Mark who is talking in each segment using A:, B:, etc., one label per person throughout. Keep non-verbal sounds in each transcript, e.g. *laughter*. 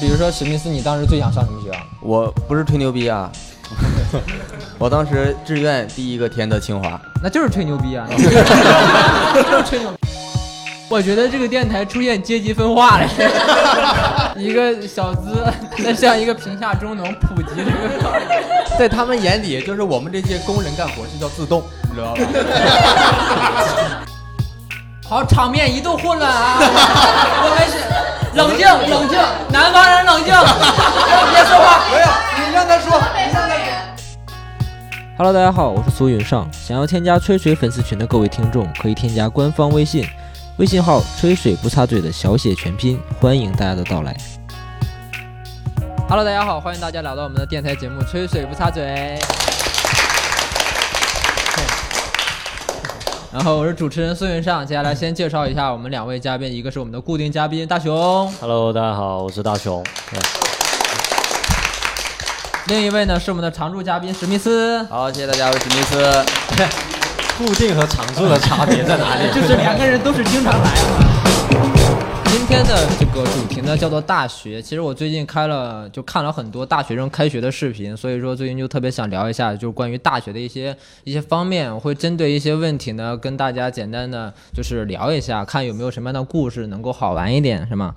A: 比如说史密斯，你当时最想上什么学校？
B: 我不是吹牛逼 *laughs* 啊，我当时志愿第一个填的清华。
C: 那就是吹牛逼啊！就是吹牛。逼。我觉得这个电台出现阶级分化了， *laughs* 一个小资在向一个贫下中农普及这个。
B: *laughs*
C: *laughs*
B: 在他们眼里，就是我们这些工人干活是叫自动，你知 *laughs* 道吧？
C: 好，场面一度混乱啊！ *laughs* 我们是冷静冷静，南方人冷静， *laughs* 别说话。
B: 没有，你让他说。
D: Hello，大家好，我是苏云上。想要添加吹水粉丝群的各位听众，可以添加官方微信，微信号“吹水不插嘴”的小写全拼，欢迎大家的到来。
C: Hello，大家好，欢迎大家来到我们的电台节目《吹水不插嘴》。然后我是主持人孙云上，接下来先介绍一下我们两位嘉宾，一个是我们的固定嘉宾大熊，
E: Hello，大家好，我是大熊。
C: 另一位呢是我们的常驻嘉宾史密斯。
B: 好，谢谢大家，我是史密斯。
E: 固定和常驻的差别
C: *laughs*
E: 在哪里？
C: 哎就是两个人都是经常来今天的这个主题呢叫做大学。其实我最近开了就看了很多大学生开学的视频，所以说最近就特别想聊一下，就是关于大学的一些一些方面。我会针对一些问题呢，跟大家简单的就是聊一下，看有没有什么样的故事能够好玩一点，是吗？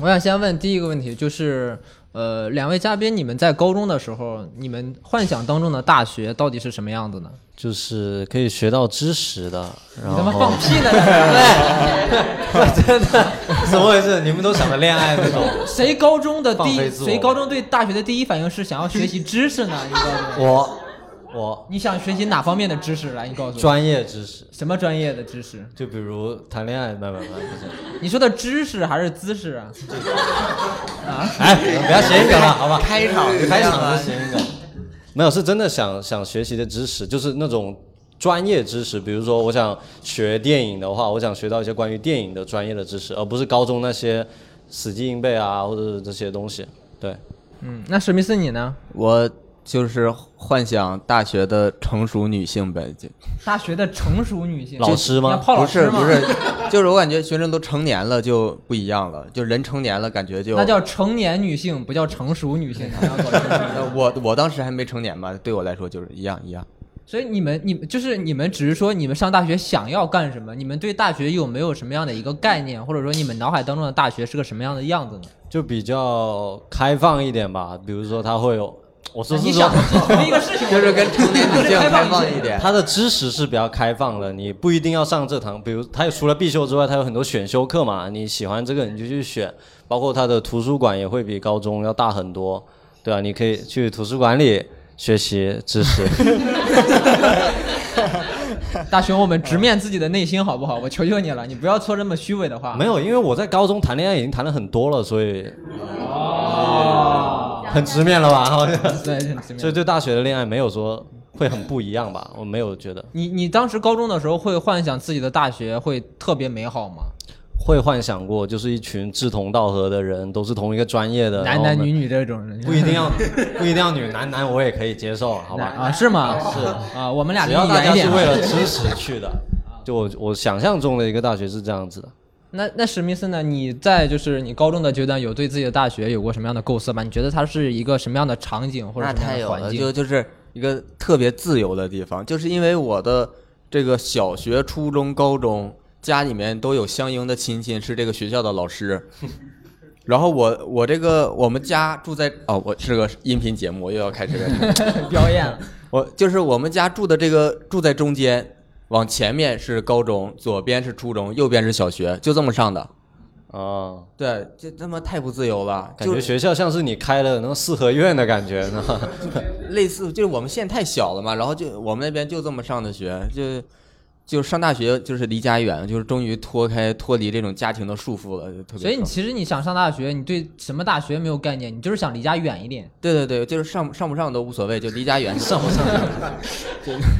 C: 我想先问第一个问题，就是呃，两位嘉宾，你们在高中的时候，你们幻想当中的大学到底是什么样子呢？
E: 就是可以学到知识的，然
C: 你他妈
E: 后
C: 放屁呢！对， *laughs*
E: 真的怎么回事？你们都想着恋爱那种？ *laughs*
C: 谁高中的第
E: 放
C: 一，
E: 飞自我
C: 谁高中对大学的第一反应是想要学习知识
E: *laughs*
C: 呢？你告诉我，
E: 我我
C: 你想学习哪方面的知识来？你告诉我，
E: 专业知识，
C: 什么专业的知识？
E: 就比如谈恋爱，没有没有没有不是。 *laughs*
C: 你说的知识还是姿势啊？
E: 哎，不要谐音梗了，好吧？开
B: 场就这样啊
E: 开场就谐音梗。没有，是真的想想学习的知识，就是那种专业知识。比如说，我想学电影的话，我想学到一些关于电影的专业的知识，而不是高中那些死记硬背啊，或者是这些东西。对，
C: 嗯，那史密斯你呢？
B: 我就是幻想大学的成熟女性呗，就
C: 大学的成熟女性，
E: 老师
C: 你要
E: 吗？
C: 泡老
B: 不是
C: 师吗？
B: 不是，就是我感觉学生都成年了就不一样了，就人成年了感觉就
C: 那叫成年女性，不叫成熟女
E: *laughs*
C: 性。你要搞清楚
B: 呃我我当时还没成年吧，对我来说就是一样一样。
C: 所以你们，你们就是你们，只是说你们上大学想要干什么？你们对大学有没有什么样的一个概念，或者说你们脑海当中的大学是个什么样的样子呢？
E: 就比较开放一点吧。比如说，他会有，我说
C: 你
E: 是说
C: 想，的是同一个
E: *laughs*
C: 事情，
B: 就是跟成年女性开放一点。
E: 他的知识是比较开放的，你不一定要上这堂。比如，他除了必修之外，他有很多选修课嘛，你喜欢这个你就去选。包括他的图书馆也会比高中要大很多，对啊，你可以去图书馆里学习知识。
C: *laughs* 大熊，我们直面自己的内心好不好？我求求你了，你不要说这么虚伪的话。
E: 没有，因为我在高中谈恋爱已经谈了很多了，所以。很直面了吧？ *laughs* 好像
C: 哦对，很直
E: 所以
C: 面。
E: 对大学的恋爱没有说会很不一样吧？我没有觉得。
C: 你你当时高中的时候会幻想自己的大学会特别美好吗？
E: 会幻想过，就是一群志同道合的人，都是同一个专业的，
C: 男男女女这种人
E: 呃然后我们不一定要 *laughs* 不一定要女，男男我也可以接受，好吧？
C: 啊是吗？
E: 是
C: 啊，我们俩
E: 只
C: 离
E: 要
C: 你
E: 大
C: 远一
E: 家
C: 点
E: 是
C: 啊。
E: 为了知识去
C: *laughs*
E: 的，就我我想象中的一个大学是这样子的。
C: 那那史密斯呢？你在就是你高中的阶段有对自己的大学有过什么样的构思吗？你觉得它是一个什么样的场景或者
B: 那
C: 什么
B: 太
C: 样的
B: 有
C: 环
B: 了，
C: 境？
B: 就就是一个特别自由的地方，就是因为我的这个小学、初中、高中家里面都有相应的亲戚是这个学校的老师，然后我我这个我们家住在哦，我是个音频节目，我又要开始了
C: *laughs* 表演了
B: 我就是我们家住的这个住在中间，往前面是高中，左边是初中，右边是小学，就这么上的。
C: 啊
E: 哦，
B: 对，这他妈太不自由了，
E: 感
B: 就
E: 觉学校像是你开了那种四合院的感觉呢。
C: *laughs*
B: 类似，就是我们县太小了嘛，然后就我们那边就这么上的学，就就上大学就是离家远，就是终于脱开脱离这种家庭的束缚了，就特别爽。
C: 所以你其实你想上大学，你对什么大学没有概念，你就是想离家远一点，
B: 对对对，就是上上不上都无所谓，就离家远上不
C: *laughs*
B: 上。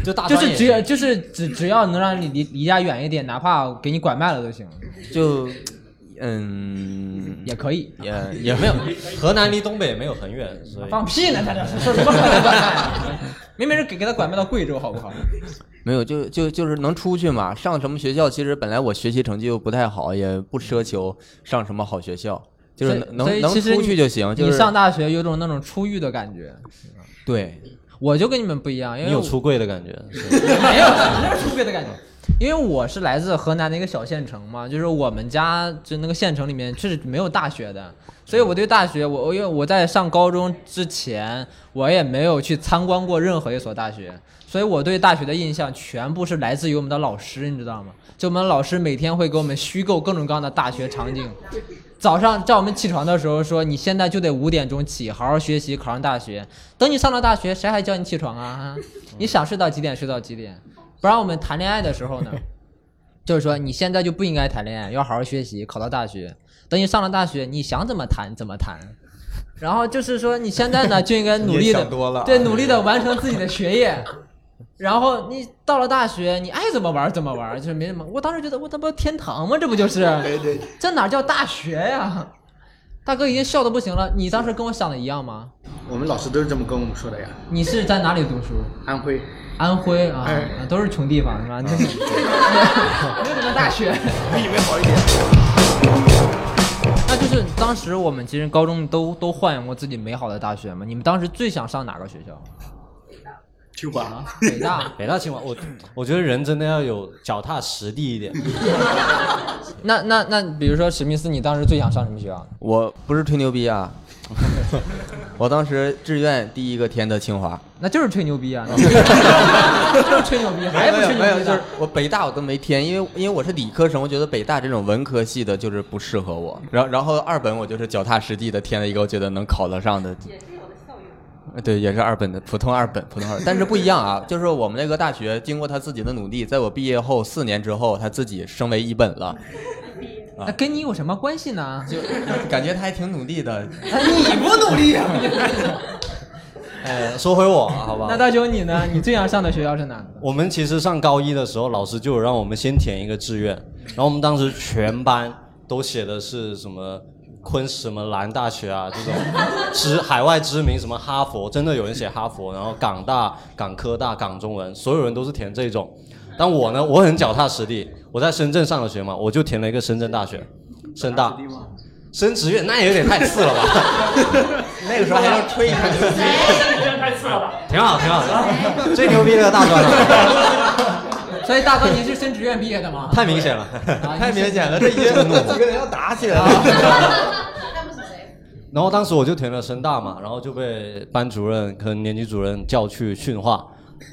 E: 就大
C: 就
E: 专
C: 是
E: 也
C: 只要就是只只要能让你离离家远一点，哪怕给你拐卖了都行，
B: 就嗯
C: 也可以。
B: 也
E: 也
B: 也
E: 没有，河南离东北也没有很远，所以
C: 放屁呢，他这是说什么拐
B: *laughs*
C: 卖？明明是给给他拐卖到贵州，好不好？
B: 没有，就就就是能出去嘛。上什么学校，其实本来我学习成绩又不太好，也不奢求上什么好学校，就是
C: 所以所
B: 能
C: 以
B: 能
C: 其实
B: 出去
C: 你
B: 就行，就
C: 你
B: 是
C: 上大学有种那种出狱的感觉，
B: 对，
C: 我就跟你们不一样，因
E: 你
C: 为
E: 有
C: 我
E: 出柜的感觉？是
C: *laughs* 没有没有出轨的感觉。因为我是来自河南的一个小县城嘛，就是我们家就那个县城里面确实没有大学的，所以我对大学，我我因为我在上高中之前，我也没有去参观过任何一所大学，所以我对大学的印象全部是来自于我们的老师，你知道吗？就我们老师每天会给我们虚构各种各样的大学场景，早上叫我们起床的时候说，你现在就得五点钟起，好好学习，考上大学。等你上了大学，谁还叫你起床啊？
B: 嗯
C: 你想睡到几点睡到几点。不然我们谈恋爱的时
B: *laughs*
C: 候呢，就是说你现在就不应该谈恋爱，要好好学习，考到大学。等你上了大学，你想怎么谈怎么谈。然后就是说你现在呢就应该努力
B: 你也
C: 的
B: 想多了啊
C: 对，努力的完成自己的学业。然后你到了大学，你爱怎么玩儿怎么玩儿，就是没什么。我当时觉得，我这不天堂吗？这不就是？对对，这哪叫大学呀？大哥已经笑的不行了。你当时跟我想的一样吗？
F: 我们老师都是这么跟我们说的呀。
C: 你是在哪里读书？
F: 安徽，
C: 安徽啊，
F: 哎
C: 啊都是穷地方是吧？就是没有什么大学，比你们好一点。那就是当时我们其实高中都都幻想过自己美好的大学嘛。你们当时最想上哪个学校？
F: 清华。
C: 北
E: *laughs*
C: 大。
E: 北大清华，我我觉得人真的要有脚踏实地一点。
A: 那那那，比如说史密斯，你当时最想上什么学校？
B: 我不是吹牛逼啊，我当时志愿第一个填的清华，
C: 那就是吹牛逼啊！那就是就是吹牛逼，还不
B: 没有，
C: 吹牛
B: 没
C: 逼
B: 有就是
C: 呢？
B: 我北大我都没填，因为因为我是理科生，我觉得北大这种文科系的就是不适合我。然后然后二本我就是脚踏实地的填了一个我觉得能考得上的，呃对，也是二本的普通二本，普通二本，但是不一样啊，就是我们那个大学经过他自己的努力，在我毕业后四年之后，他自己升为一本了，
C: 那跟你有什么关系呢？
B: 就感觉他还挺努力的。
C: 你不努力呀？
E: 哎，说回我，好吧
C: 那？大雄你呢？你最想上的学校是哪
E: *laughs*
C: 个？
E: 我们其实上高一的时候，老师就有让我们先填一个志愿，然后我们当时全班都写的是什么昆什么兰大学啊这种知海外知名什么哈佛，真的有人写哈佛，然后港大、港科大、港中文，所有人都是填这种。但我呢，我很脚踏实地，我在深圳上的学嘛，我就填了一个深圳大学，深大。升职院那也有点太次了吧？
B: *laughs* 那个时候还能吹一下牛逼，
E: 挺好，挺好的，最牛逼的大专
C: *laughs*
E: 了。
C: 所以大哥您是升职院毕业的吗？
E: 太明显了，
B: 太明显了，这啊一几个人要打起来了。
E: 啊
B: *laughs*
E: 然后当时我就填了深大嘛，然后就被班主任跟年级主任叫去训话，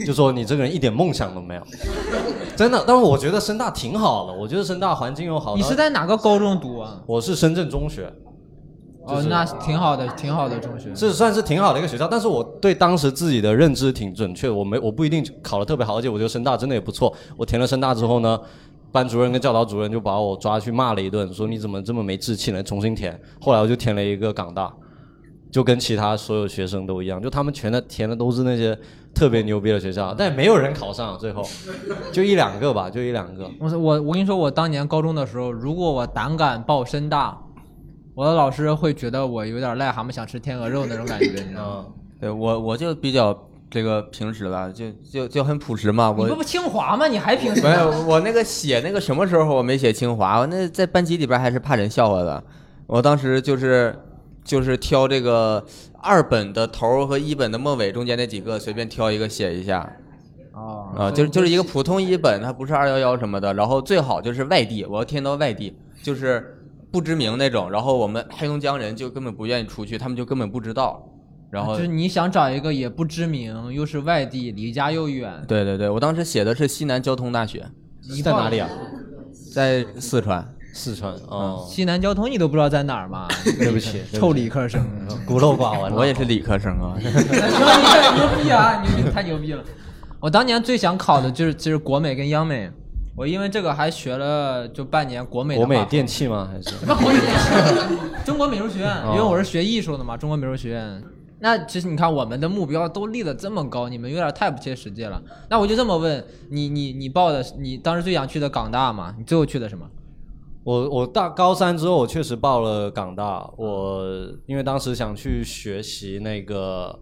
E: 就说你这个人一点梦想都没有， *laughs* 真的。但是我觉得深大挺好的，我觉得深大环境又好。
C: 你是
E: 然后
C: 在哪个高中读啊？
E: 我是深圳中学，
C: 哦，那挺好的，挺好的中学。
E: 这算是挺好的一个学校，但是我对当时自己的认知挺准确，我没我不一定考得特别好，而且我觉得深大真的也不错。我填了深大之后呢，班主任跟教导主任就把我抓去骂了一顿，说你怎么这么没志气呢？重新填。后来我就填了一个港大，就跟其他所有学生都一样，就他们全的填的都是那些特别牛逼的学校，但也没有人考上，最后就一两个吧，就一两个。
C: 我我我跟你说，我当年高中的时候，如果我胆敢报深大，我的老师会觉得我有点癞蛤蟆想吃天鹅肉那种感觉，你知道吗？
E: 嗯，
B: 对我我就比较这个平时了，就就就很朴实嘛。
C: 你
B: 我
C: 不不清华吗？你还凭什
B: 没有
C: 么？
B: 我那个写那个什么时候我没写清华，我那在班级里边还是怕人笑话的。我当时就是就是挑这个二本的头儿和一本的末尾中间那几个随便挑一个写一下。
C: 哦
B: 啊、就是就是一个普通一本，它不是二幺幺什么的，然后最好就是外地，我要填到外地，就是不知名那种，然后我们黑龙江人就根本不愿意出去，他们就根本不知道，然后
C: 啊就是你想找一个也不知名，又是外地，离家又远，
B: 对对对，我当时写的是西南交通大学，
C: 你
E: 在哪里啊？？
B: 在四川，
E: 四川哦，
C: 西南交通你都不知道在哪儿
E: *laughs*
C: 吗？
E: 对不起，嗯对不
C: 臭
E: 起
C: 理科生，
E: 孤陋寡闻了。
B: 我也是理科生啊。 *laughs*
C: 牛逼啊！牛逼，太牛逼了！我当年最想考的就是就是国美跟央美，我因为这个还学了就半年国美的
E: 国美
C: 画
E: 电器吗？还是？
C: 什么国美电器？中国美术
E: *laughs*
C: 学院，
E: 哦
C: 因为我是学艺术的嘛，中国美术学院。那其实你看，我们的目标都立得这么高，你们有点太不切实际了。那我就这么问你，你你报的，你当时最想去的港大嘛？你最后去的什么？
E: 我我大高三之后，我确实报了港大。我因为当时想去学习那个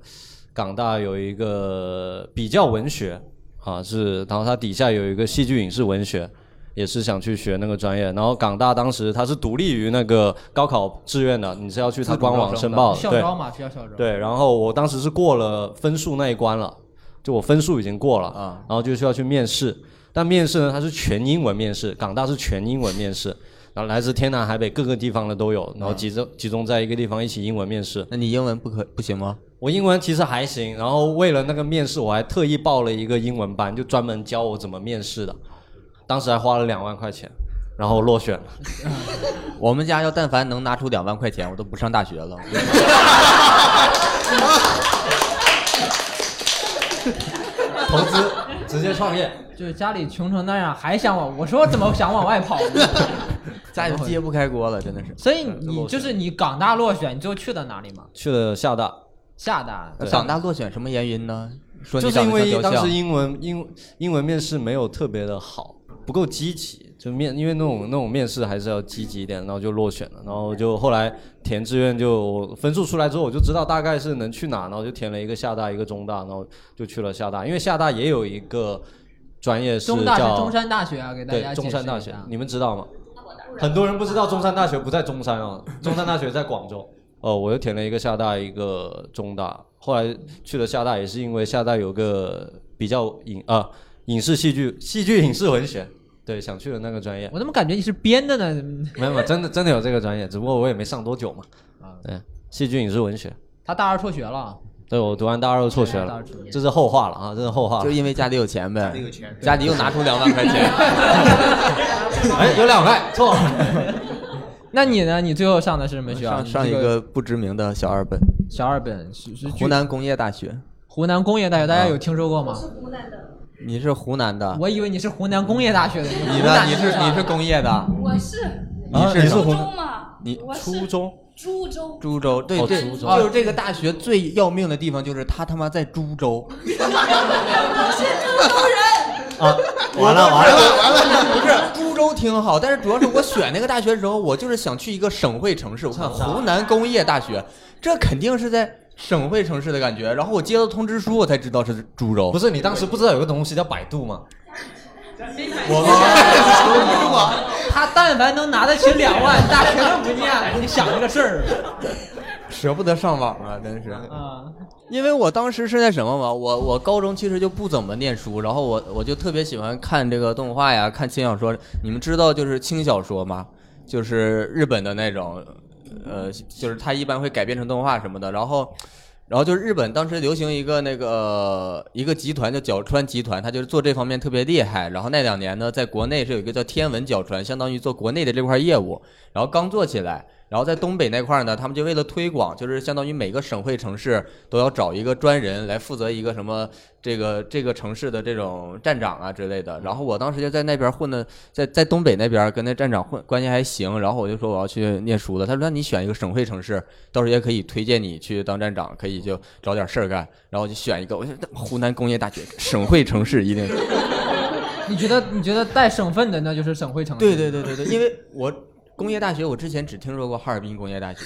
E: 港大有一个比较文学啊，是然后它底下有一个戏剧影视文学，也是想去学那个专业。然后港大当时它是独立于那个高考志愿的，你是要去它官网申报的，
C: 校
E: 对
C: 招嘛，学校校招。
E: 对，然后我当时是过了分数那一关了，就我分数已经过了
B: 啊
E: 然后就需要去面试。但面试呢，它是全英文面试，港大是全英文面试， *laughs* 然后来自天南海北各个地方的都有，然后集中、集中在一个地方一起英文面试。
B: 那你英文不可不行吗？
E: 我英文其实还行，然后为了那个面试，我还特意报了一个英文班，就专门教我怎么面试的，当时还花了两万块钱，然后落选了。
B: 我们家要但凡能拿出两万块钱，我都不上大
E: *laughs*
B: 学了。
E: 投资 *laughs* 直接创业，
C: 就是家里穷成那样，还想往我说我怎么想往外跑？
B: 家里揭不开锅了，真的是。
C: 所以你就是你港大落选，你最后去了哪里嘛？
E: 去了厦大，
C: 厦大。
B: 那呃港大落选什么原因呢？说
E: 就
B: 你
E: 是
B: 长
E: 因
B: 得
E: 为
B: 像雕
E: 当时
B: 像。
E: 英文英英文面试没有特别的好，不够积极，就面因为那种那种面试还是要积极一点，然后就落选了，然后就后来填志愿就分数出来之后我就知道大概是能去哪，然后就填了一个厦大一个中大，然后就去了厦大，因为厦大也有一个专业是
C: 中大是
E: 叫
C: 中山大学啊，给大家
E: 对中山大
C: 解
E: 学
C: 释一下，
E: 你们知道吗？很多人不知道中山大学不在中
C: *laughs*
E: 山哦，中山大学在广州。哦，我又填了一个厦大，一个中大，后来去了厦大也是因为厦大有个比较影啊、影视戏剧戏剧影视文学，对，想去了那个专业
C: 我。怎么感觉你是编的呢？
B: *laughs*
E: 没有，没有真的真的有这个专业，只不过我也没上多久嘛。
C: 啊
E: 对，戏剧影视文学，
C: 他大二辍
B: *laughs*
C: 学了，
E: 对我读完大二就辍学
C: 大二
E: 了
C: 辍学，
E: 这是后话了啊，这是后话
B: 就
E: 了
B: 是。因为家里有钱呗，家里
F: 有钱对
B: 又拿出两万块钱，
E: *laughs* 哎，有两块错 *laughs* 了。
C: 那你呢？你最后上的是什么学校？
B: 上上
C: 你
B: 一
C: 这
B: 个不知名的小二本，
C: 小二本是是
B: 湖南啊工业大学。
C: 湖南工业大学，大家有听说过吗？
B: 你是湖南的，
C: 我以为你是湖南工业大学的，
B: 你
C: 你
B: 呢？你是你是工业的，
G: 我是
B: 你
E: 啊
B: 是
E: 你是
B: 什么
E: 湖
G: 初中嘛，
B: 你
G: 我是
E: 初中
G: 株洲，
B: 株洲，对
E: 哦
B: 对，
E: 株洲
B: 就是这个大学最要命的地方就是他他妈在株洲，
E: 啊，完了完了。
B: 不是株洲挺好，但是主要是我选那个大学的时候，我就是想去一个省会城市。我看湖南工业大学，这肯定是在省会城市的感觉。然后我接到通知书，我才知道是株洲。
E: 不是你当时不知道有个东西叫百度吗？
B: 我吗？
C: *laughs* 他但凡能拿得起两万，大学都不念，你想这个事儿
B: 舍不得上网啊，真是。
C: 啊？
B: 因为我当时是在什么嘛，我我高中其实就不怎么念书，然后我我就特别喜欢看这个动画呀，看轻小说。你们知道就是轻小说吗？就是日本的那种，呃，就是它一般会改编成动画什么的。然后，然后就是日本当时流行一个那个、一个集团叫角川集团，它就是做这方面特别厉害。然后那两年呢，在国内是有一个叫天文角川，相当于做国内的这块业务，然后刚做起来。然后在东北那块儿呢，他们就为了推广，就是相当于每个省会城市都要找一个专人来负责一个什么这个这个城市的这种站长啊之类的。然后我当时就在那边混的，在在东北那边跟那站长混关系还行。然后我就说我要去念书了，他说那你选一个省会城市，到时候也可以推荐你去当站长，可以就找点事儿干。然后我就选一个，我就湖南工业大学省会城市一定。
C: 你觉得你觉得带省份的那就是省会城市？
B: 对对对对对，因为我工业大学我之前只听说过哈尔滨工业大学，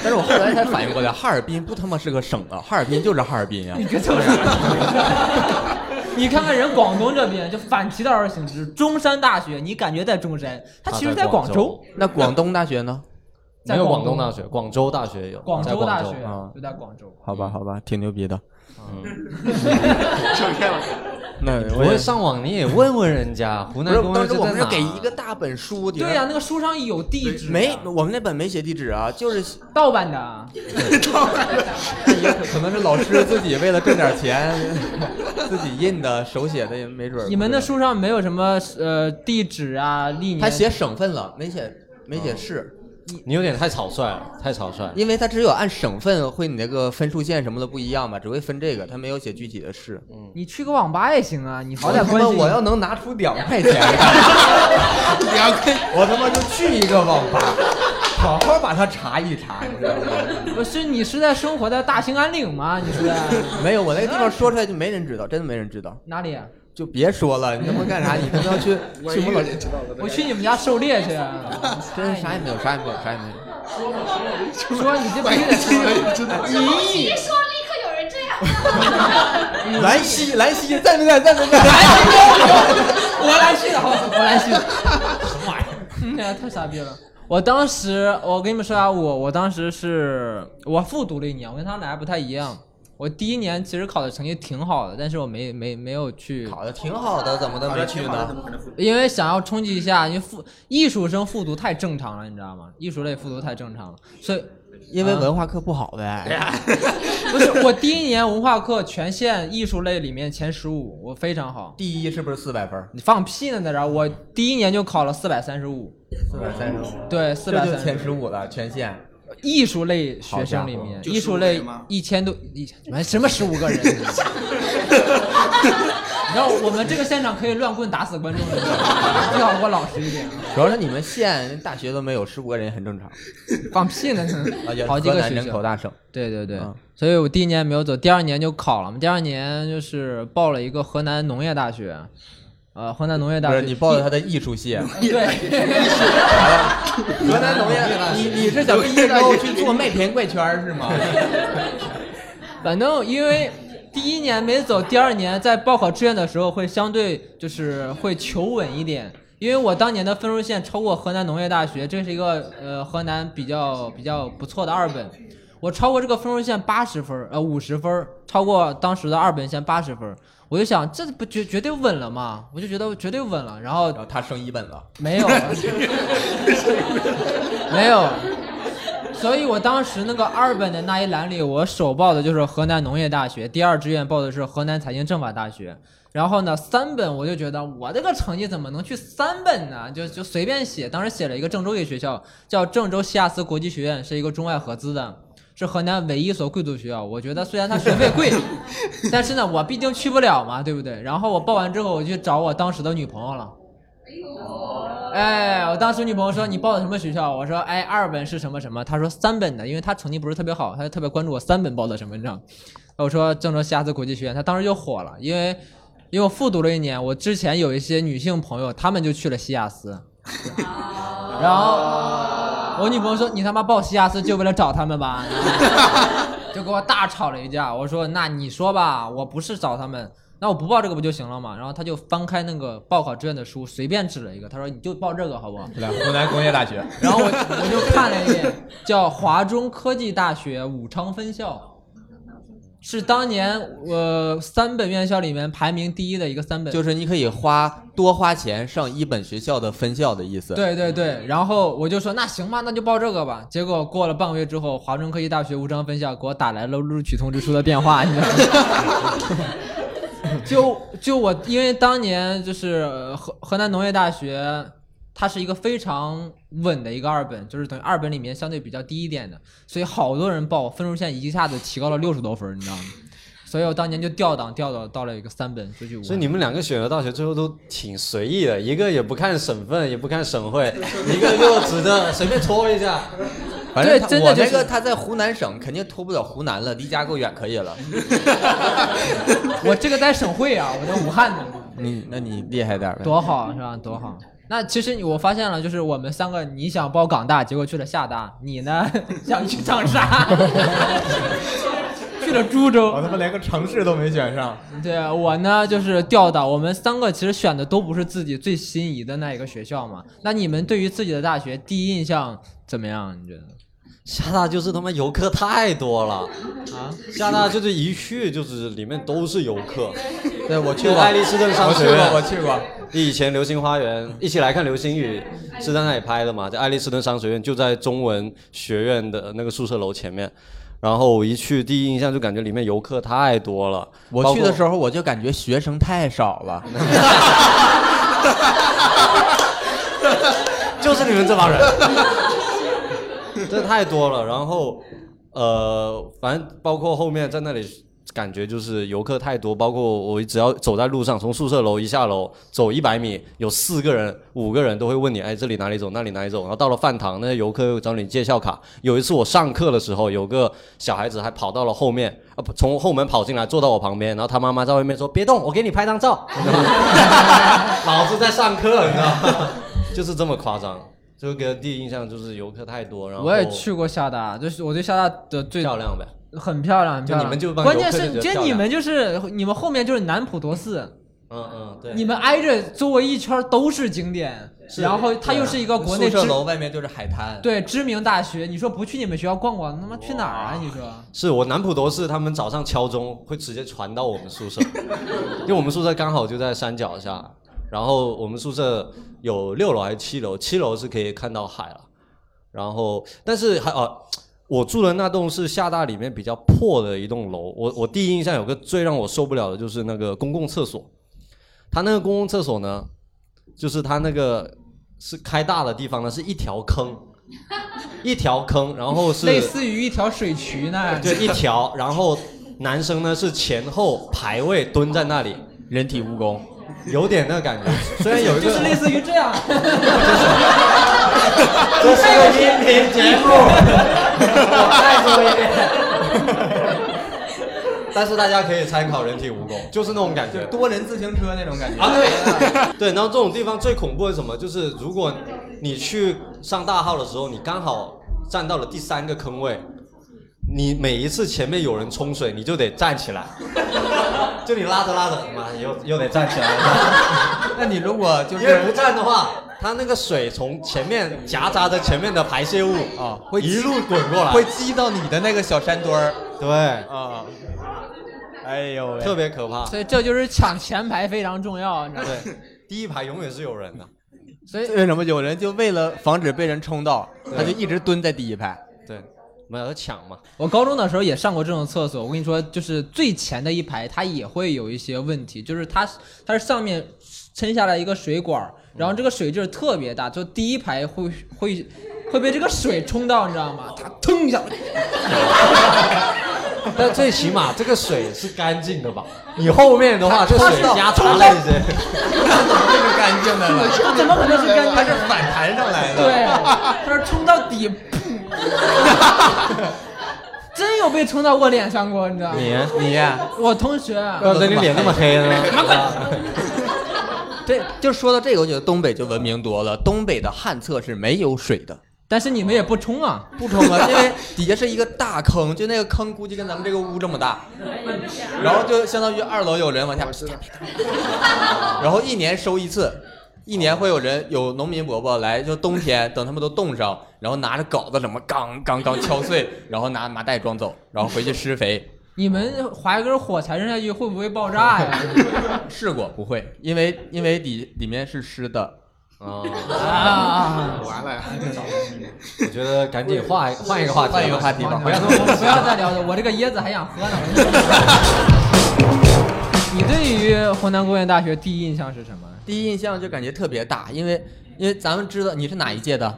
B: 但是我后来才反应过来，哈尔滨不他妈是个省啊，哈尔滨就是哈尔滨啊。
C: *laughs* 你看看人广东这边，就反其道而行之。中山大学，你感觉在中山，它其实在广州，
B: 那广东大学呢？
C: 在
E: 没有
C: 广
E: 广
C: 东
E: 东大学，广州大学有，
C: 广
E: 在
C: 州大学
B: 啊
C: 就在广州。
B: 好吧，好吧，挺牛逼的。
F: 整天了。
B: 那
E: 不会上网你也问问人家，
B: *laughs* 不
E: 湖南
B: 是
E: 工业
B: 当时
E: 是
B: 我
E: 在
B: 们是
E: 哪
B: 给一个大本书，顶
C: 对呀、那个书上有地址，啊
B: 没，我们那本没写地址啊，就是
C: 盗版的啊。
B: 也可能是老师自己为了挣点钱，自己印的手写的也没准儿。
C: 你们的书上没有什么呃地址啊、历年？
B: 他写省份了，没写没写市。
E: 你有点太草率了，太草率了。
B: 因为它只有按省份会你那个分数线什么的不一样嘛，只会分这个，它没有写具体的市。
C: 你去个网吧也行啊，你
B: 嗯好
C: 好歹
B: 歹他
C: 关
B: 妈
C: 心。
B: 我要能拿出两块钱，两块， *laughs* 我他妈就去一个网吧，好好把它查一查，你知道吗？
C: 不是你是在生活在大兴安岭吗？你是在
B: *laughs* 没有，我那个地方说出来就没人知道，真的没人知道，
C: 哪里？啊
B: 就别说了，你他妈干啥？你他妈要去去 *laughs* 我老
F: 人知道了，
C: 我去你们家狩猎去。啊
B: 真是啥也没有，啥也没有，啥也没有。
C: 说你这必须得
F: 一个人知道。
G: 哎你一说立刻有人这样，
B: 兰溪，兰溪，在没在？在没在？
C: *laughs* 我来去的，好吧，我来去的。什么玩意儿？嗯， *laughs* 哎呀，太傻逼了。我当时，我跟你们说啊，我我当时是我复读了一年，我跟他们还不太一样。我第一年其实考的成绩挺好的，但是我没没没有去，
B: 考的挺好的，怎么的
F: 好
B: 没
F: 的
B: 去
F: 挺好的，怎
B: 呢？
F: 么可能复读？
C: 因为想要冲击一下，因为复艺术生复读太正常了，你知道吗？艺术类复读太正常了，所以
B: 因为文化课不好呗。
C: 不是我第一年文化课全县艺术类里面前十五，我非常好。
B: 第一是不是四百分？
C: 你放屁呢，在这儿！我第一年就考了四百三十五，
B: 四百三十五，
C: 对，四
B: 这
C: 百
B: 就
C: 三
B: 前
C: 十
B: 十五了，全县。
C: 艺术类学生里面
B: 好，
F: 家伙
C: 艺术类
F: 就15个人吗
C: 一千多，一千什么十五
F: *laughs*
C: 个人？然后我们这个现场可以乱棍打死观众的，最好给我老实一点啊！
B: 主要是你们县大学都没有，十五个人也很正常。
C: 放屁呢
B: 啊，也，是
C: 好几个
B: 河南
C: 学
B: 人口
C: 校。
B: 大省，
C: 对对对
B: 嗯，
C: 所以我第一年没有走，第二年就考了嘛。第二年就是报了一个河南农业大学，呃，河南农业大
B: 不
C: 学。
B: 是你报的他的艺术系，啊
C: 对，
B: 河南农业，你你是想毕业之
C: *laughs*
B: 后去做麦田怪圈儿是吗？
C: 反正因为第一年没走，第二年在报考志愿的时候会相对就是会求稳一点。因为我当年的分数线超过河南农业大学，这是一个呃河南比较比较不错的二本，我超过这个分数线八十分儿，呃五十分儿，超过当时的二本线八十分儿，我就想这不绝绝对稳了吗？我就觉得绝对稳了，然后
B: 然后他升一本了，
C: 没有，啊没有。所以我当时那个二本的那一栏里，我首报的就是河南农业大学，第二志愿报的是河南财经政法大学。然后呢，三本我就觉得我这个成绩怎么能去三本呢？就就随便写，当时写了一个郑州一学校，叫郑州西亚斯国际学院，是一个中外合资的，是河南唯一一所贵族学校。我觉得虽然它学费贵，但是呢，我毕竟去不了嘛，对不对？然后我报完之后，我去找我当时的女朋友了。哎，我当时女朋友说你报的什么学校？我说哎，二本是什么什么？她说三本的，因为她成绩不是特别好，她就特别关注我三本报的什么，你知道吗？我说郑州西亚斯国际学院，她当时就火了，因为因为我复读了一年，我之前有一些女性朋友，她们就去了西亚斯，然后我女朋友说你他妈报西亚斯就为了找他们吧，就给我大吵了一架。我说那你说吧，我不是找他们，那我不报这个不就行了嘛？然后她就翻开那个报考志愿的书，随便指了一个，她说你就报这个好不好？
B: 来 *laughs* 湖南工业大学，
C: 然后我我就看了一眼，叫华中科技大学武昌分校，是当年呃三本院校里面排名第一的一个三本。
B: 就是你可以花多花钱上一本学校的分校的意思。，
C: 对对对，然后我就说那行吧，那就报这个吧。结果过了半个月之后，华中科技大学武昌分校给我打来了录取通知书的电话，你知道吗？ *laughs* 就就我因为当年就是呃河河南农业大学，它是一个非常稳的一个二本，就是等于二本里面相对比较低一点的，所以好多人报分数线一下子提高了六十多分儿，你知道吗？所以我当年就调档调到到了一个三本，就去武
E: 所以
C: 汉。
E: 你们两个选的大学最后都挺随意的，一个也不看省份，也不看
B: *laughs*
E: 省会，一个就只能随便戳一下。
B: 反正
C: 对
B: 他
C: 真的
B: 我
C: 就
B: 那个
C: 是
B: 他在湖南省肯定脱不了湖南了，离家够远可以了。
C: *laughs* 我这个在省会啊，我在武汉呢。
B: *laughs* 你那你厉害点儿呗。
C: 多好是吧？多好。那其实你我发现了，就是我们三个，你想报港大，结果去了厦大；你呢， *laughs* 想去长沙， *laughs* 去了株洲。
B: 他妈连个城市都没选上，
C: 对我呢，就是调到我们三个，其实选的都不是自己最心仪的那一个学校嘛。那你们对于自己的大学第一印象怎么样？你觉得？
E: 厦大就是他妈游客太多了
C: 啊！
E: 厦大就是一去就是里面都是游客，
B: 对我去
E: 就
B: 过，
E: 爱丽斯顿商
B: 我
E: 学
B: 去过，我
E: 院，
B: 去过。
E: 以前《流星花园》一起来看流星雨是在那里拍的嘛，在爱丽斯顿商学院，就在中文学院的那个宿舍楼前面。然后我一去，第一印象就感觉里面游客太多了。
B: 我去的时候我就感觉学生太少了，
E: 候，就是你们这帮人，这太多了。然后，呃，反正包括后面在那里，感觉就是游客太多。包括我只要走在路上，从宿舍楼一下楼走一百米，有四个人、五个人都会问你，哎，这里哪里走，那里哪里走。然后到了饭堂，那些游客又找你借校卡。有一次我上课的时候，有个小孩子还跑到了后面，啊，不从后门跑进来，坐到我旁边。然后他妈妈在外面说：“别动，我给你拍张照。” *laughs* 你知道吗 *laughs* 老子在上课，你知道吗？就是这么夸张。这个第一印象就是游客太多，然后
C: 我也去过厦大，就是我对厦大的最
E: 漂亮呗。
C: 很漂亮，很漂亮。
E: 就你们就帮
C: 关键
E: 游客
C: 是，
E: 就觉得
C: 其实
E: 漂亮
C: 你们就是你们后面就是南普陀寺，
E: 嗯嗯，对。
C: 你们挨着周围一圈都是景点，然后它又是一个国内
B: 啊宿舍
C: 知
B: 楼外面就是海滩，
C: 对知名大学，你说不去你们学校逛逛，他妈去哪儿啊？你说
E: 是我南普陀寺，他们早上敲钟会直接传到我们
C: *laughs*
E: 宿舍，因为我们宿舍刚好就在山脚下，然后我们宿舍有六楼还是七楼，七楼是可以看到海了，然后但是还哦、我住的那栋是厦大里面比较破的一栋楼，我我第一印象有个最让我受不了的就是那个公共厕所，它那个公共厕所呢，就是它那个是开大的地方呢，是一条坑，一条坑，然后
C: *laughs*
E: 是
C: 类似于一条水渠呢？
E: 就一条，然后男生呢是前后排位蹲在那里，
B: 人体蜈蚣。
E: 有点那感觉。虽然有一个，
C: 就是类似于这样，
E: 这是个音频节目，我再说一遍。 *laughs* 但是大家可以参考人体蜈蚣，就是那种感觉。
B: 多人自行车那种感觉
E: 啊，对， *laughs* 对。然后这种地方最恐怖的是什么？就是如果你去上大号的时候，你刚好站到了第三个坑位，你每一次前面有人冲水，你就得站起来， *laughs* 就你拉着拉着，妈又又得站起 *laughs* 来了，
B: 那你如果就
E: 因为不
B: 是
E: 站的话，它那个水从前面夹杂着前面的排泄物
B: 啊会
E: 一路滚过来，
B: 会激到你的那个小山墩儿
E: 对，
B: 啊，哎呦喂，
E: 特别可怕。
C: 所以这就是抢前排非常重要，你知道吗？
E: 对，第一排永远是有人的。
C: 所以
B: 为什么有人就为了防止被人冲到，他就一直蹲在第一 *laughs* 排？
E: 对，没有抢 *laughs* 嘛。
C: 我高中的时候也上过这种厕所，我跟你说，就是最前的一排，它也会有一些问题，就是它它是上面撑下来一个水管儿，然后这个水劲儿特别大，就第一排会会会被这个水冲到，你知
B: *laughs*
C: 道吗？它腾一下，
E: 但最起码这个水是干净的 *laughs* 吧？你后面的话，这水夹杂了一些，
B: 这个干净的了，
C: 它怎么可能是干净？
B: 它是反弹上来的。
C: 对，它是冲到底，噗 *laughs* 真有被冲到过脸上过，你知道吗？
B: *laughs* 你你
C: 我同学，
E: *laughs* 怪不得你脸那么黑 *laughs* 呢。
B: 这就说到这个，我觉得东北就文明多了。东北的旱厕是没有水的，
C: 但是你们也不冲啊，
B: 不冲了，因为底下是一个大坑，就那个坑估计跟咱们这个屋这么
F: *laughs*
B: 大，然后就相当于二楼有人往下
F: 我，知道，
B: *laughs* 然后一年收一次，一年会有人有农民伯伯来，就冬天等他们都冻上，然后拿着镐子什么刚刚刚敲碎，然后拿麻袋装走，然后回去施肥。
C: 你们划一根火柴扔下去会不会爆炸呀？
B: 试过不会，因为因为里里面是湿的，
E: 啊，
B: 哦
C: 啊！
F: 完了，
E: 我觉得赶紧换一换一个话题，
B: 换一个话题吧
C: 不要不要再聊了，我这个椰子还想喝呢。你对于湖南工业大学第一印象是什么？
B: 第一印象就感觉特别大，因为因为咱们知道你是哪一届的。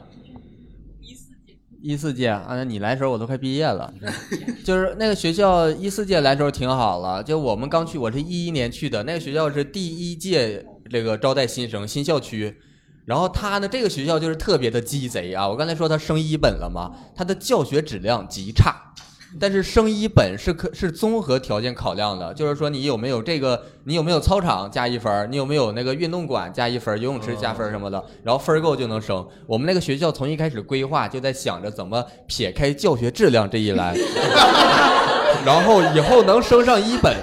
B: 一四届啊，那你来的时候我都快毕业了， *laughs* 就是那个学校一四届来的时候挺好了，就我们刚去，我是一一年去的，那个学校是第一届这个招待新生新校区，然后他呢这个学校就是特别的鸡贼啊，我刚才说他升一本了嘛，他的教学质量极差，但是升一本是可是综合条件考量的，就是说你有没有这个，你有没有操场加一分儿，你有没有那个运动馆加一分儿，游泳池加分儿什么的，然后分儿够就能升。我们那个学校从一开始规划就在想着怎么撇开教学质量这一栏， *laughs* 然后以后能升上一本，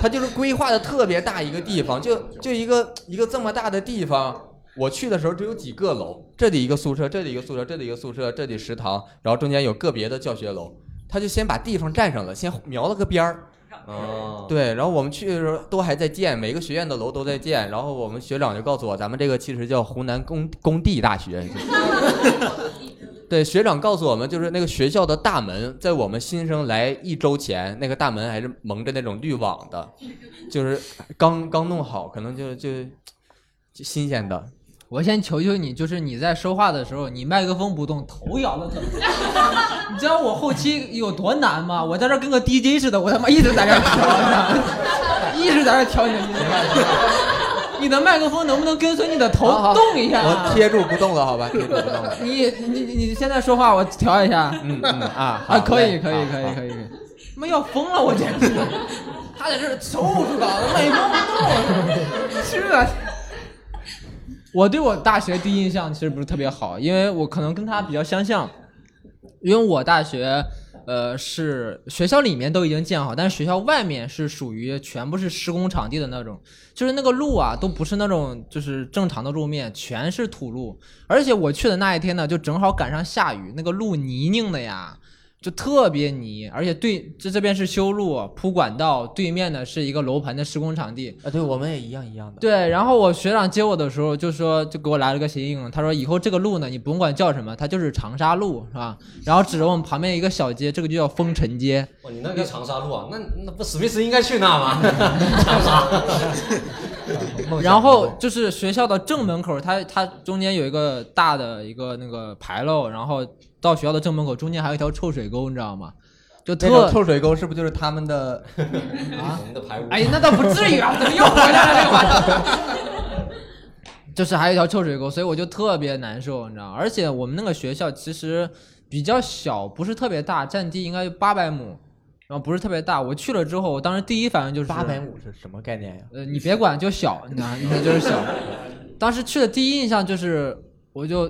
B: 他就是规划的特别大一个地方，就就一个一个这么大的地方。我去的时候只有几个楼，这里一个宿舍，这里一个宿舍，这里一个宿舍，这里食堂，然后中间有个别的教学楼，他就先把地方占上了，先瞄了个边儿。
E: 哦，
B: 对，然后我们去的时候都还在建，每个学院的楼都在建。然后我们学长就告诉我，咱们这个其实叫湖南工工地大学。对，学长告诉我们，就是那个学校的大门，在我们新生来一周前，那个大门还是蒙着那种滤网的，就是刚刚弄好，可能就就就新鲜的。
C: 我先求求你，就是你在说话的时候，你麦克风不动，头摇的特别。你知道我后期有多难吗？我在这儿跟个 DJ 似的，我他妈一直在这儿调，一直在这儿调你的音量。你的麦克风能不能跟随你的头
B: 好好
C: 动一下啊？
B: 我贴住不动了，好吧，贴住不动了。
C: 你你你现在说话，我调一下。
B: 嗯嗯 *laughs* 啊
C: 啊，可以，可以，
B: 以。
C: 可以，可以，可以。妈要疯了，我简直！他在这儿手舞足蹈的，美工不动，是啊。我对我大学第一印象其实不是特别好，因为我可能跟他比较相像，因为我大学呃是学校里面都已经建好，但是学校外面是属于全部是施工场地的那种，就是那个路啊都不是那种就是正常的路面，全是土路。而且我去的那一天呢，就正好赶上下雨，那个路泥泞的呀。就特别泥，而且对这这边是修路铺管道，对面呢是一个楼盘的施工场地，
D: 啊，对，我们也一样一样的。
C: 对，然后我学长接我的时候就说，就给我来了个谐音梗，他说以后这个路呢，你不用管叫什么，它就是长沙路，是吧？然后指着我们旁边一个小街，这个就叫风尘街。
E: 哇，你那个长沙路啊，那那不史密斯应该去那吗？长沙。
C: 然后就是学校的正门口，它它中间有一个大的一个那个牌楼，然后到学校的正门口中间还有一条臭水沟，你知道吗？就
B: 那种
C: 特
B: 臭水沟是不是就是他们 *laughs* 的？啊
E: 我们的排污。
C: 哎，那倒不至于啊，怎么又回来了这个话题？ *laughs* 就是还有一条臭水沟，所以我就特别难受，你知道吗。而且我们那个学校其实比较小，不是特别大，占地应该八百亩，然后不是特别大。我去了之后，我当时第一反应就是
B: 八百五是什么概念呀？
C: 呃，你别管，就小，你知道，你就是小。当时去的第一印象就是，我就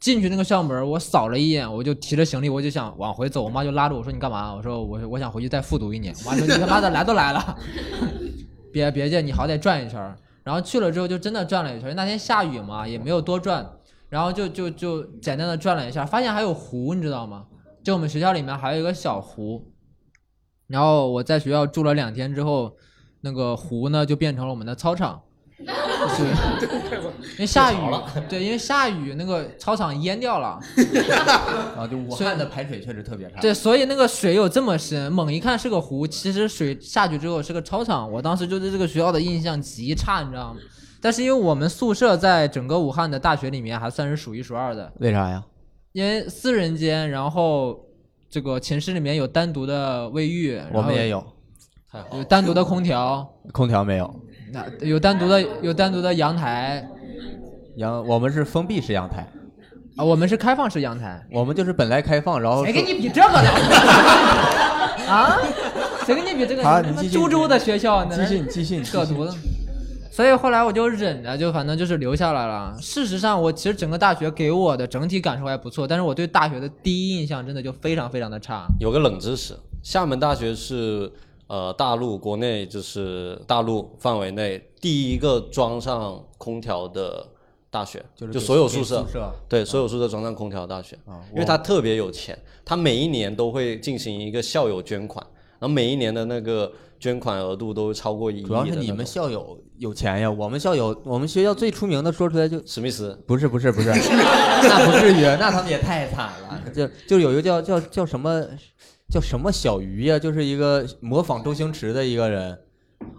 C: 进去那个校门，我扫了一眼，我就提着行李，我就想往回走。我妈就拉着我说：“你干嘛？”我说：“我我想回去再复读一年。”我妈说：“你他妈的来都来了， *laughs* 别别介，你好歹转一圈儿。”然后去了之后就真的转了一圈儿，那天下雨嘛，也没有多转，然后就就就简单的转了一下，发现还有湖，你知道吗？就我们学校里面还有一个小湖。然后我在学校住了两天之后，那个湖呢就变成了我们的操场，就是因为下雨，对，因为下雨那个操场淹掉了，
B: 啊，就武汉的排水确实特别差。
C: 对，所以那个水有这么深，猛一看是个湖，其实水下去之后是个操场。我当时就对这个学校的印象极差，你知道吗？但是因为我们宿舍在整个武汉的大学里面还算是数一数二的，
B: 为啥呀？
C: 因为四人间，然后这个寝室里面有单独的卫浴，
B: 我们也
C: 有，
B: 有，
C: 有单独的空调，
B: 空调没有。
C: 那有单独的有单独的阳台
B: 阳，我们是封闭式阳台，
C: 啊，我们是开放式阳台。
B: 我们就是本来开放，然后
C: 谁跟你比这个 *laughs* 呢？啊？谁跟你比这个？
B: 好
C: 他妈
B: 你继续
C: 株洲的学校，
B: 继续你继续你继续
C: 扯犊子。所以后来我就忍着，就反正就是留下来了。事实上，我其实整个大学给我的整体感受还不错，但是我对大学的第一印象真的就非常非常的差。
E: 有个冷知识，厦门大学是呃大陆国内就是大陆范围内第一个装上空调的大学，
B: 就是
E: 就
B: 给
E: 所
B: 给
E: 有宿舍
B: 宿舍嗯
E: 对所有宿舍装上空调的大学，
B: 啊
E: 因为它特别有钱，它每一年都会进行一个校友捐款，然后每一年的那个捐款额度都超过一亿的
B: 主要是你
E: 那
B: 们
E: 种
B: 校友有钱呀，我们校友，我们学校最出名的，说出来就
E: 史密斯
B: 不是不是不 *laughs* 是，那不至于，那他们也太惨了。就就有一个叫叫叫什么叫什么小鱼呀、就是一个模仿周星驰的一个人，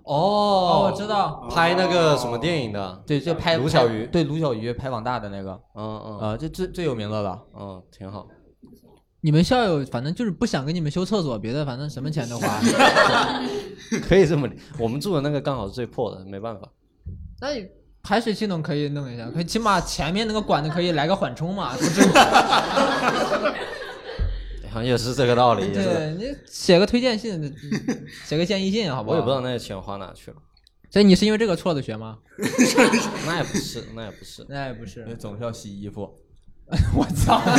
E: 哦
C: 我知道，
E: 拍那个什么电影的，
B: 对，就拍
E: 卢小
B: 拍
E: 鱼
B: 对卢小鱼拍网大的那个，
E: 嗯嗯
B: 啊，这最最有名的了。
E: 嗯，挺好。
C: 你们校友反正就是不想给你们修厕所，别的反正什么钱都 *laughs* 花。
E: 可以这么理，我们住的那个刚好是最破的，没办法。
C: 那你排水系统可以弄一下，可以起码前面那个管子可以来个缓冲嘛，
B: *laughs*
C: 不是？
E: 好像也是这个道理，也是。
C: 对你写个推荐信，嗯写个建议信，好不
E: 我
C: 好？
E: 也不知道。那些钱花哪去了，
C: 所以你是因为这个错的学吗？
E: 那也不
B: *laughs*
E: 是，那也不是。
C: 那也哎不是
B: 因为总是要洗衣服，
C: *laughs* 我操！ *laughs*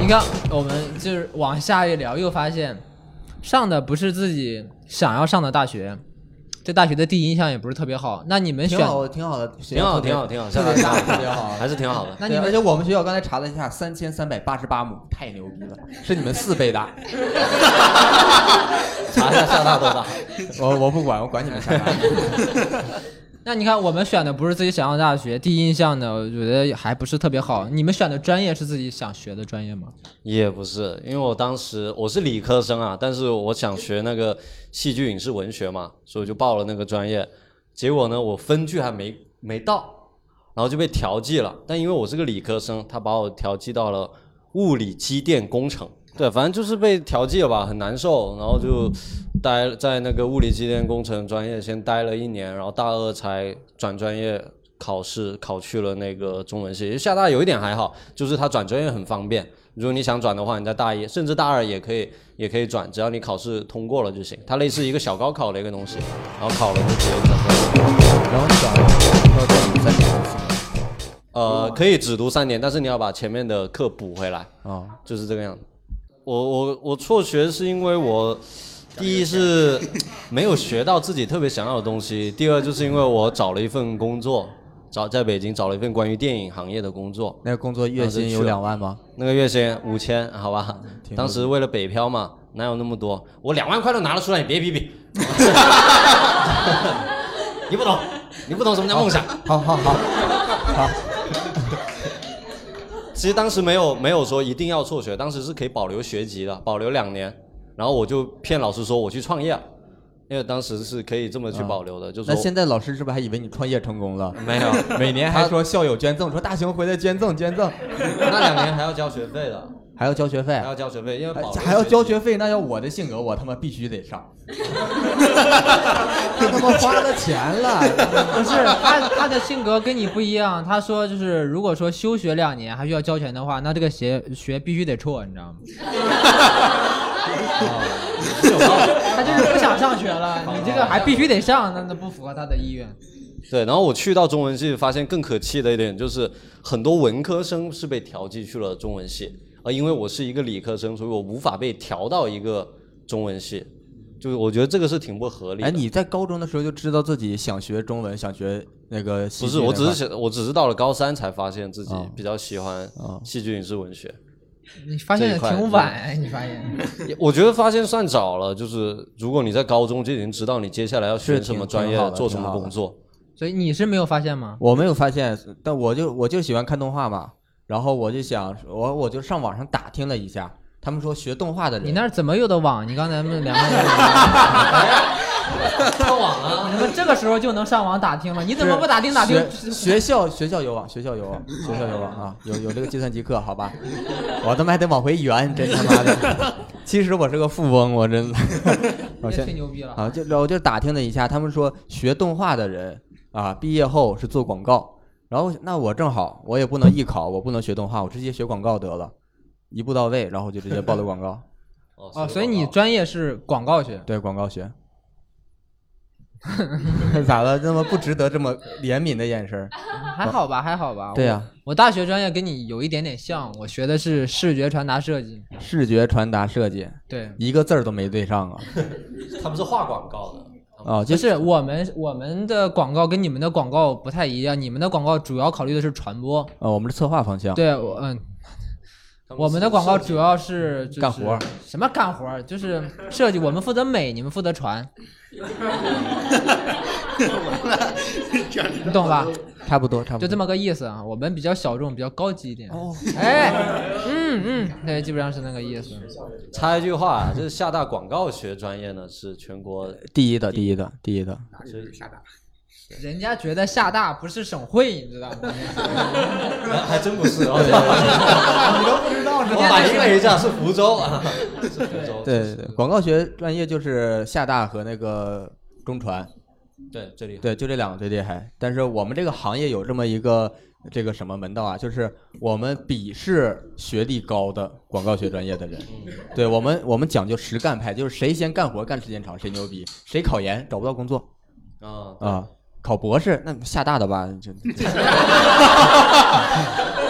C: 你看，我们就是往下一聊，又发现上的不是自己想要上的大学，对大学的第一印象也不是特别好。那你们
B: 挺
C: 选，
B: 好，挺好的，挺
E: 挺好，挺好，挺好，
B: 特
E: 下
B: 别大，
E: 大
B: 特别好。
E: 还是挺好的。
C: 那
B: 对
C: 你
B: 而
C: 们
B: 且我们学校刚才查了一下，三千三百八十八亩，太牛逼了，是你们四倍大。
E: 查一下厦大多大？
B: 我我不管，我管你们啥。
C: 那你看我们选的不是自己想要的大学，第一印象呢，我觉得还不是特别好。你们选的专业是自己想学的专业吗？
E: *laughs* 也不是，因为我当时我是理科生啊，但是我想学那个戏剧影视文学嘛，所以就报了那个专业。结果呢，我分剧还没没到，然后就被调剂了。但因为我是个理科生，他把我调剂到了物理机电工程。对，反正就是被调剂了吧，很难受。然后就待在那个物理机电工程专业先待了一年，然后大二才转专业考试，考去了那个中文系。因为厦大有一点还好，就是它转专业很方便。如果你想转的话，你在大一甚至大二也可以，也可以转，只要你考试通过了就行。它类似一个小高考的一个东西，然后考了就直接转专业。
B: 然后你找到这里三年，
E: 呃，可以只读三年，但是你要把前面的课补回来。啊，
B: 哦
E: 就是这个样子。我我我辍学是因为我第一是没有学到自己特别想要的东西，第二就是因为我找了一份工作，找在北京找了一份关于电影行业的工作，
B: 那工作月薪有两万吗？
E: 那个月薪五千，好吧？当时为了北漂嘛，哪有那么多？我两万块都拿得出来，你别比比。 *laughs* 你不懂，你不懂什么叫梦想。
B: 好好好，
E: 其实当时没有没有说一定要辍学，当时是可以保留学籍的，保留两年。然后我就骗老师说我去创业了，因为当时是可以这么去保留的，就说
B: 啊那现在老师是不是还以为你创业成功了？
E: 没有，
B: 每年还说校友捐赠，说大熊回来捐赠捐赠，
E: 那两年还要交学费的，
B: 还要交学费
E: 还，要交学费，因为
B: 还
E: 保留
B: 还要
E: 籍
B: 交学费，那要我的性格，我他妈必须得
E: *laughs*
B: 上。这他妈花了钱了，
C: 不是他他的性格跟你不一样，他说就是如果说休学两年还需要交钱的话，那这个学学必须得辍，你知道吗？哦他就是不想上学了，你这个还必须得上，那那不符合他的意愿。
E: 对，然后我去到中文系，发现更可气的一点就是，很多文科生是被调剂去了中文系，而因为我是一个理科生，所以我无法被调到一个中文系，就是我觉得这个是挺不合理的。
B: 哎，你在高中的时候就知道自己想学中文，想学那个戏
E: 不
B: 剧
E: 是，我只
B: 那
E: 是
B: 块儿
E: 想，我只是到了高三才发现自己
B: 哦
E: 比较喜欢
B: 哦
E: 戏剧影视文学。
C: 你发现的挺晚，你发现
E: 也我觉得发现算早了，就是如果你在高中就已经知道你接下来要学
B: 是
E: 什么
B: 挺
E: 专
B: 挺
E: 业
B: 好，的
E: 做
B: 挺
E: 什么
B: 好
E: 工
B: 的
E: 作，
C: 所以你是没有发现吗？
B: 我没有发现，但我就我就喜欢看动画嘛，然后我就想我我就上网上打听了一下，他们说学动画的人，
C: 你那儿怎么有的网？你刚才们两个人上网了，你们这个时候就能上网打听了？你怎么不打听打听？
B: 学学校学校有网，学校有网，学校有网啊，有有这个计算机课，好吧，我他妈还得往回圆，真他妈的。 *laughs* 其实我是个富翁，我真的。 *laughs* 我
C: 别
B: 先
C: 吹牛逼了。
B: 啊，就我就打听了一下，他们说学动画的人啊，毕业后是做广告，然后那我正好我也不能艺考，我不能学动画，我直接学广告得了，一步到位，然后就直接报了广告， *laughs*
E: 哦
C: 哦，所以你专业是广告学。
B: 对广告学。 *laughs* 咋了？这么不值得这么怜悯的眼神儿？
C: 还好吧，还好吧。
B: 啊对啊呀、
C: 我，我大学专业跟你有一点点像，我学的是视觉传达设计。
B: 视觉传达设计，
C: 对，
B: 一个字儿都没对上
C: *laughs*
B: 啊！
E: 他们是画广告的，
B: 啊，就
C: 就是是我们我们的广告跟你们的广告不太一样，你们的广告主要考虑的是传播。
B: 呃，我们是策划方向，
C: 对，我嗯，
E: 他
C: 我们的
E: 是
C: 广告
E: 设计
C: 主要是、就是、
B: 干活儿，
C: 什么干活儿？就是设计，我们负责美，你们负责传，
F: 这样
C: 你懂吧？
B: 差不多，差不多，
C: 就这么个意思啊。我们比较小众，比较高级一点。哦，哎，嗯嗯，对，基本上是那个意思。
E: 插一句话啊，就是厦大广告学专业呢是全国
B: 第一的，第一的，第一的。
C: 人家觉得厦大不是省会，你知道吗？哎
E: 还还真不是
C: *laughs*
E: 哦， *laughs* 你都不知道是吧？我反应了一下，是福州啊，是福州，
B: 对对对，广告学专业就是厦大和那个中传，
E: 对，这里
B: 对，就这两个最厉害。但是我们这个行业有这么一个这个什么门道啊，就是我们鄙视学历高的广告学专业的人。
E: 嗯
B: 对我们，我们讲究实干派，就是谁先干活干时间长谁牛逼，谁考研找不到工作
E: 啊
B: 啊、，考博士那厦大的吧，
E: *laughs*
B: 就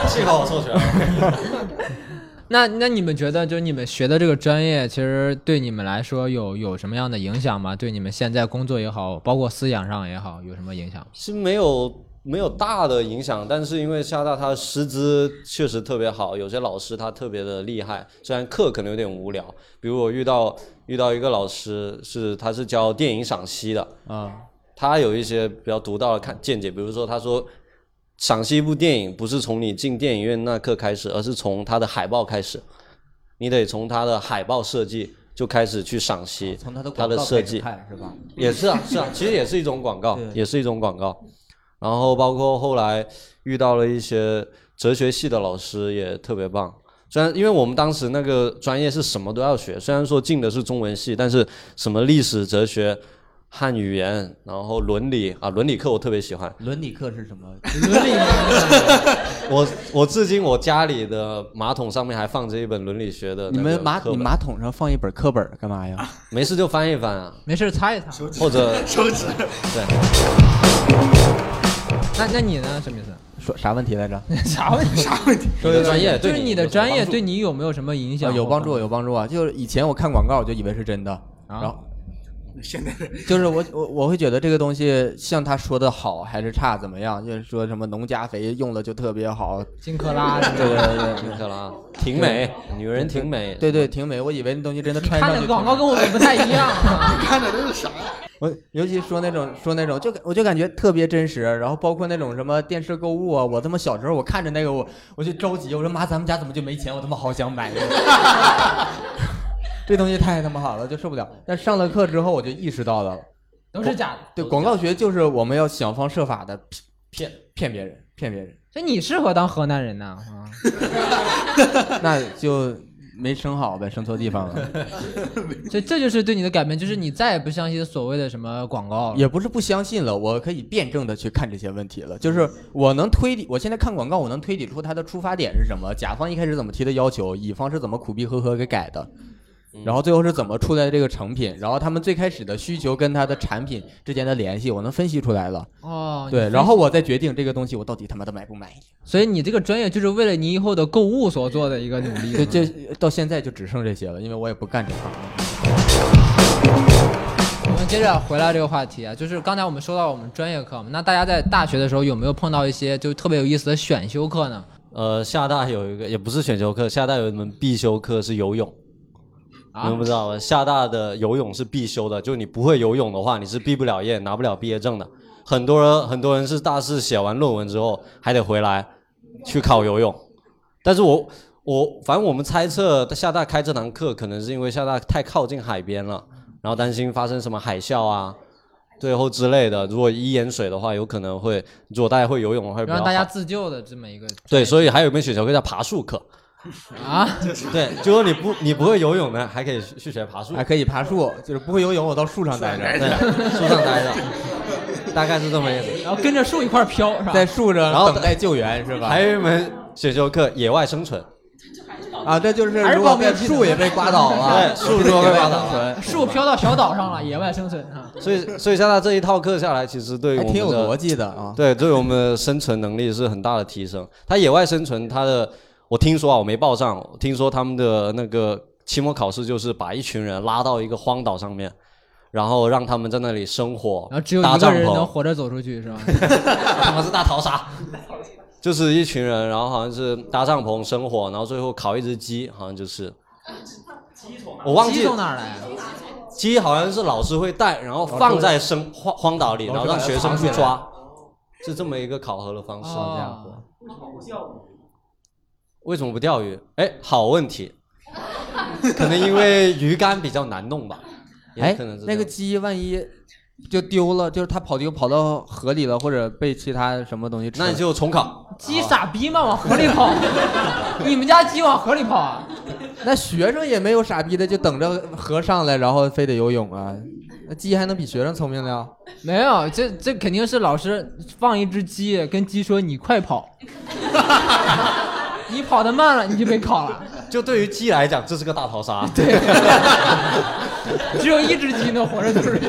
E: 幸好我辍哦学了。
C: 那那你们觉得，就是你们学的这个专业，其实对你们来说有有什么样的影响吗？对你们现在工作也好，包括思想上也好，有什么影响？
E: 是没有没有大的影响，但是因为厦大它师资确实特别好，有些老师他特别的厉害，虽然课可能有点无聊。比如我遇到遇到一个老师是他是教电影赏析的，
B: 啊、
E: 他有一些比较独到的看见解，比如说他说。赏析一部电影不是从你进电影院那刻开始，而是从它的海报开始。你得从它的海报设计就开始去赏析，
B: 从他的
E: 它
B: 广
E: 的
B: 告
E: 设
B: 开始
E: 计。
B: 看是吧？
E: 也是啊，是啊，其实也是一种广告，也是一种广告。然后包括后来遇到了一些哲学系的老师，也特别棒。虽然因为我们当时那个专业是什么都要学，虽然说进的是中文系，但是什么历史、哲学、汉语言，然后伦理啊，伦理课我特别喜欢。
B: 伦理课是什么？
E: 我我至今我家里的马桶上面还放着一本伦理学的那个
B: 你们马
E: 课
B: 你
E: 本
B: 马桶上放一本课本儿干嘛呀？
E: *laughs* 没事就翻一翻啊，
C: 没事，擦
E: *laughs*
C: 一擦。 *laughs*
E: 或者
F: 手指
E: 对。
C: 那那你呢，沈明森？
B: 说啥问题
E: *laughs*
B: 来着？
C: 啥问题？
F: 啥问题？
B: 说的专业，
C: 就
B: 对
C: 是你的专业对你有没有什么影响？
B: 啊有帮助，有帮助啊！就是以前我看广告，我就以为是真的，
E: 啊
B: 然后
F: 现在的
B: 就是我我我会觉得这个东西像他说的好还是差怎么样？就是说什么农家肥用了就特别好，
C: 金克拉什么的，
B: 对对对
C: *laughs*
B: 对
E: 听克拉啊挺美，女人挺美。
B: 啊
E: 嗯
B: 对对，挺美。我以为那东西真的穿
C: 看
B: 上
C: 嗯的
B: 就
C: 广告跟我们不太一样啊。
F: 看的都是啥？
B: 我尤其说那种说那种，就我就感觉特别真实。然后包括那种什么电视购物啊，我他妈小时候我看着那个我我就着急，我说妈，咱们家怎么就没钱？我他妈好想买。 *laughs* 这东西太他妈好了，就受不了。但上了课之后，我就意识到了，
C: *laughs* 都是假的。
B: 对广告学就是我们要想方设法的骗骗别人，骗别人，
C: 所以你适合当河南人呐、啊，
B: *laughs* 那就没生好呗，生错地
C: *laughs*
B: 方了。
C: 这这就是对你的改变，就是你再也不相信所谓的什么广告了。
B: 也不是不相信了，我可以辩证的去看这些问题了。就是我能推理，我现在看广告，我能推理出它的出发点是什么，甲方一开始怎么提的要求，乙方是怎么苦逼呵呵给改的，
C: 嗯
B: 然后最后是怎么出来这个成品，然后他们最开始的需求跟他的产品之间的联系，我能分析出来了。
C: 哦，你
B: 对，然后我再决定这个东西我到底他妈的买不买。
C: 所以你这个专业就是为了你以后的购物所做的一个努力。
B: 对，这到现在就只剩这些了，因为我也不干这行了。
C: 我们接着回来这个话题啊，就是刚才我们说到我们专业课嘛，那大家在大学的时候有没有碰到一些就特别有意思的选修课呢？
E: 呃，厦大有一个也不是选修课，厦大有一门必修课是游泳，你
C: 啊
E: 们不知道吗？厦大的游泳是必修的，就你不会游泳的话，你是毕不了业，拿不了毕业证的。很多人很多人是大四写完论文之后还得回来去考游泳，但是我我反正我们猜测厦大开这堂课可能是因为厦大太靠近海边了，然后担心发生什么海啸啊。最后之类的，如果一淹水的话，有可能会，如果大家会游泳的话，会比较
C: 让大家
E: 好
C: 自救的这么一个
E: 对，所以还有一门选修课叫爬树课。
C: 啊，
B: *laughs*
E: 对，就说你不你不会游泳呢，还可以去学爬树
B: 还，可以爬树，就是不会游泳，我到树上待着，
E: 对，树上待着，大概是这么意思。
C: 然后跟着树一块儿飘是吧？
B: 在树上
E: 啊然后
B: 等待救援是吧？
E: 还有一门选修课野外生存，
B: 啊，这就是
C: 还是
B: 如果
C: 报
B: 被
C: 名
B: 树也被刮倒了，
E: 对，树说会爬倒。
C: 树飘到小岛上了，野外生存啊。
E: 所以所以像他这一套课下来，其实对于
B: 还
E: 我们
B: 挺有逻
E: 的
B: 辑的啊。
E: 对对我们的生存能力是很大的提升。他野外生存，他的我听说啊，我没报上，我听说他们的那个期末考试就是把一群人拉到一个荒岛上面，然后让他们在那里生火，
C: 然后只有
E: 搭
C: 一个
E: 帐
C: 人能
E: 篷。
C: 活着走出去是吧？
E: 他们是大逃杀， *laughs* 就是一群人，然后好像是搭帐篷生火，然后最后烤一只鸡，好像就是。我忘
C: 鸡
E: 记
C: 从哪儿来啊？
E: 鸡好像是老师会带，然后放在
B: 哦
E: 生荒荒岛里，然后让学生去抓，是这么一个考核的方式。
C: 哦，
E: 为什么不钓鱼？哎，好问题， *laughs* 可能因为鱼竿比较难
B: *laughs*
E: 弄吧，也
B: 哎
E: 可能是，这
B: 那
E: 样
B: 个鸡万一就丢了，就是它跑丢跑到河里了，或者被其他什么东西吃了，
E: 那你就重考。
C: 鸡傻逼吗？往河里
E: *laughs*
C: 跑？你们家鸡往河里跑啊？
B: 那学生也没有傻逼的，就等着河上来，然后非得游泳啊。那鸡还能比学生聪明了？
C: 没有，这这肯定是老师放一只鸡，跟鸡说你快跑， *laughs* 你跑得慢了你就被烤
E: *laughs*
C: 了。
E: 就对于鸡来讲，这是个大逃杀。
C: 只有一只鸡能活着走出
E: *laughs*
C: 去。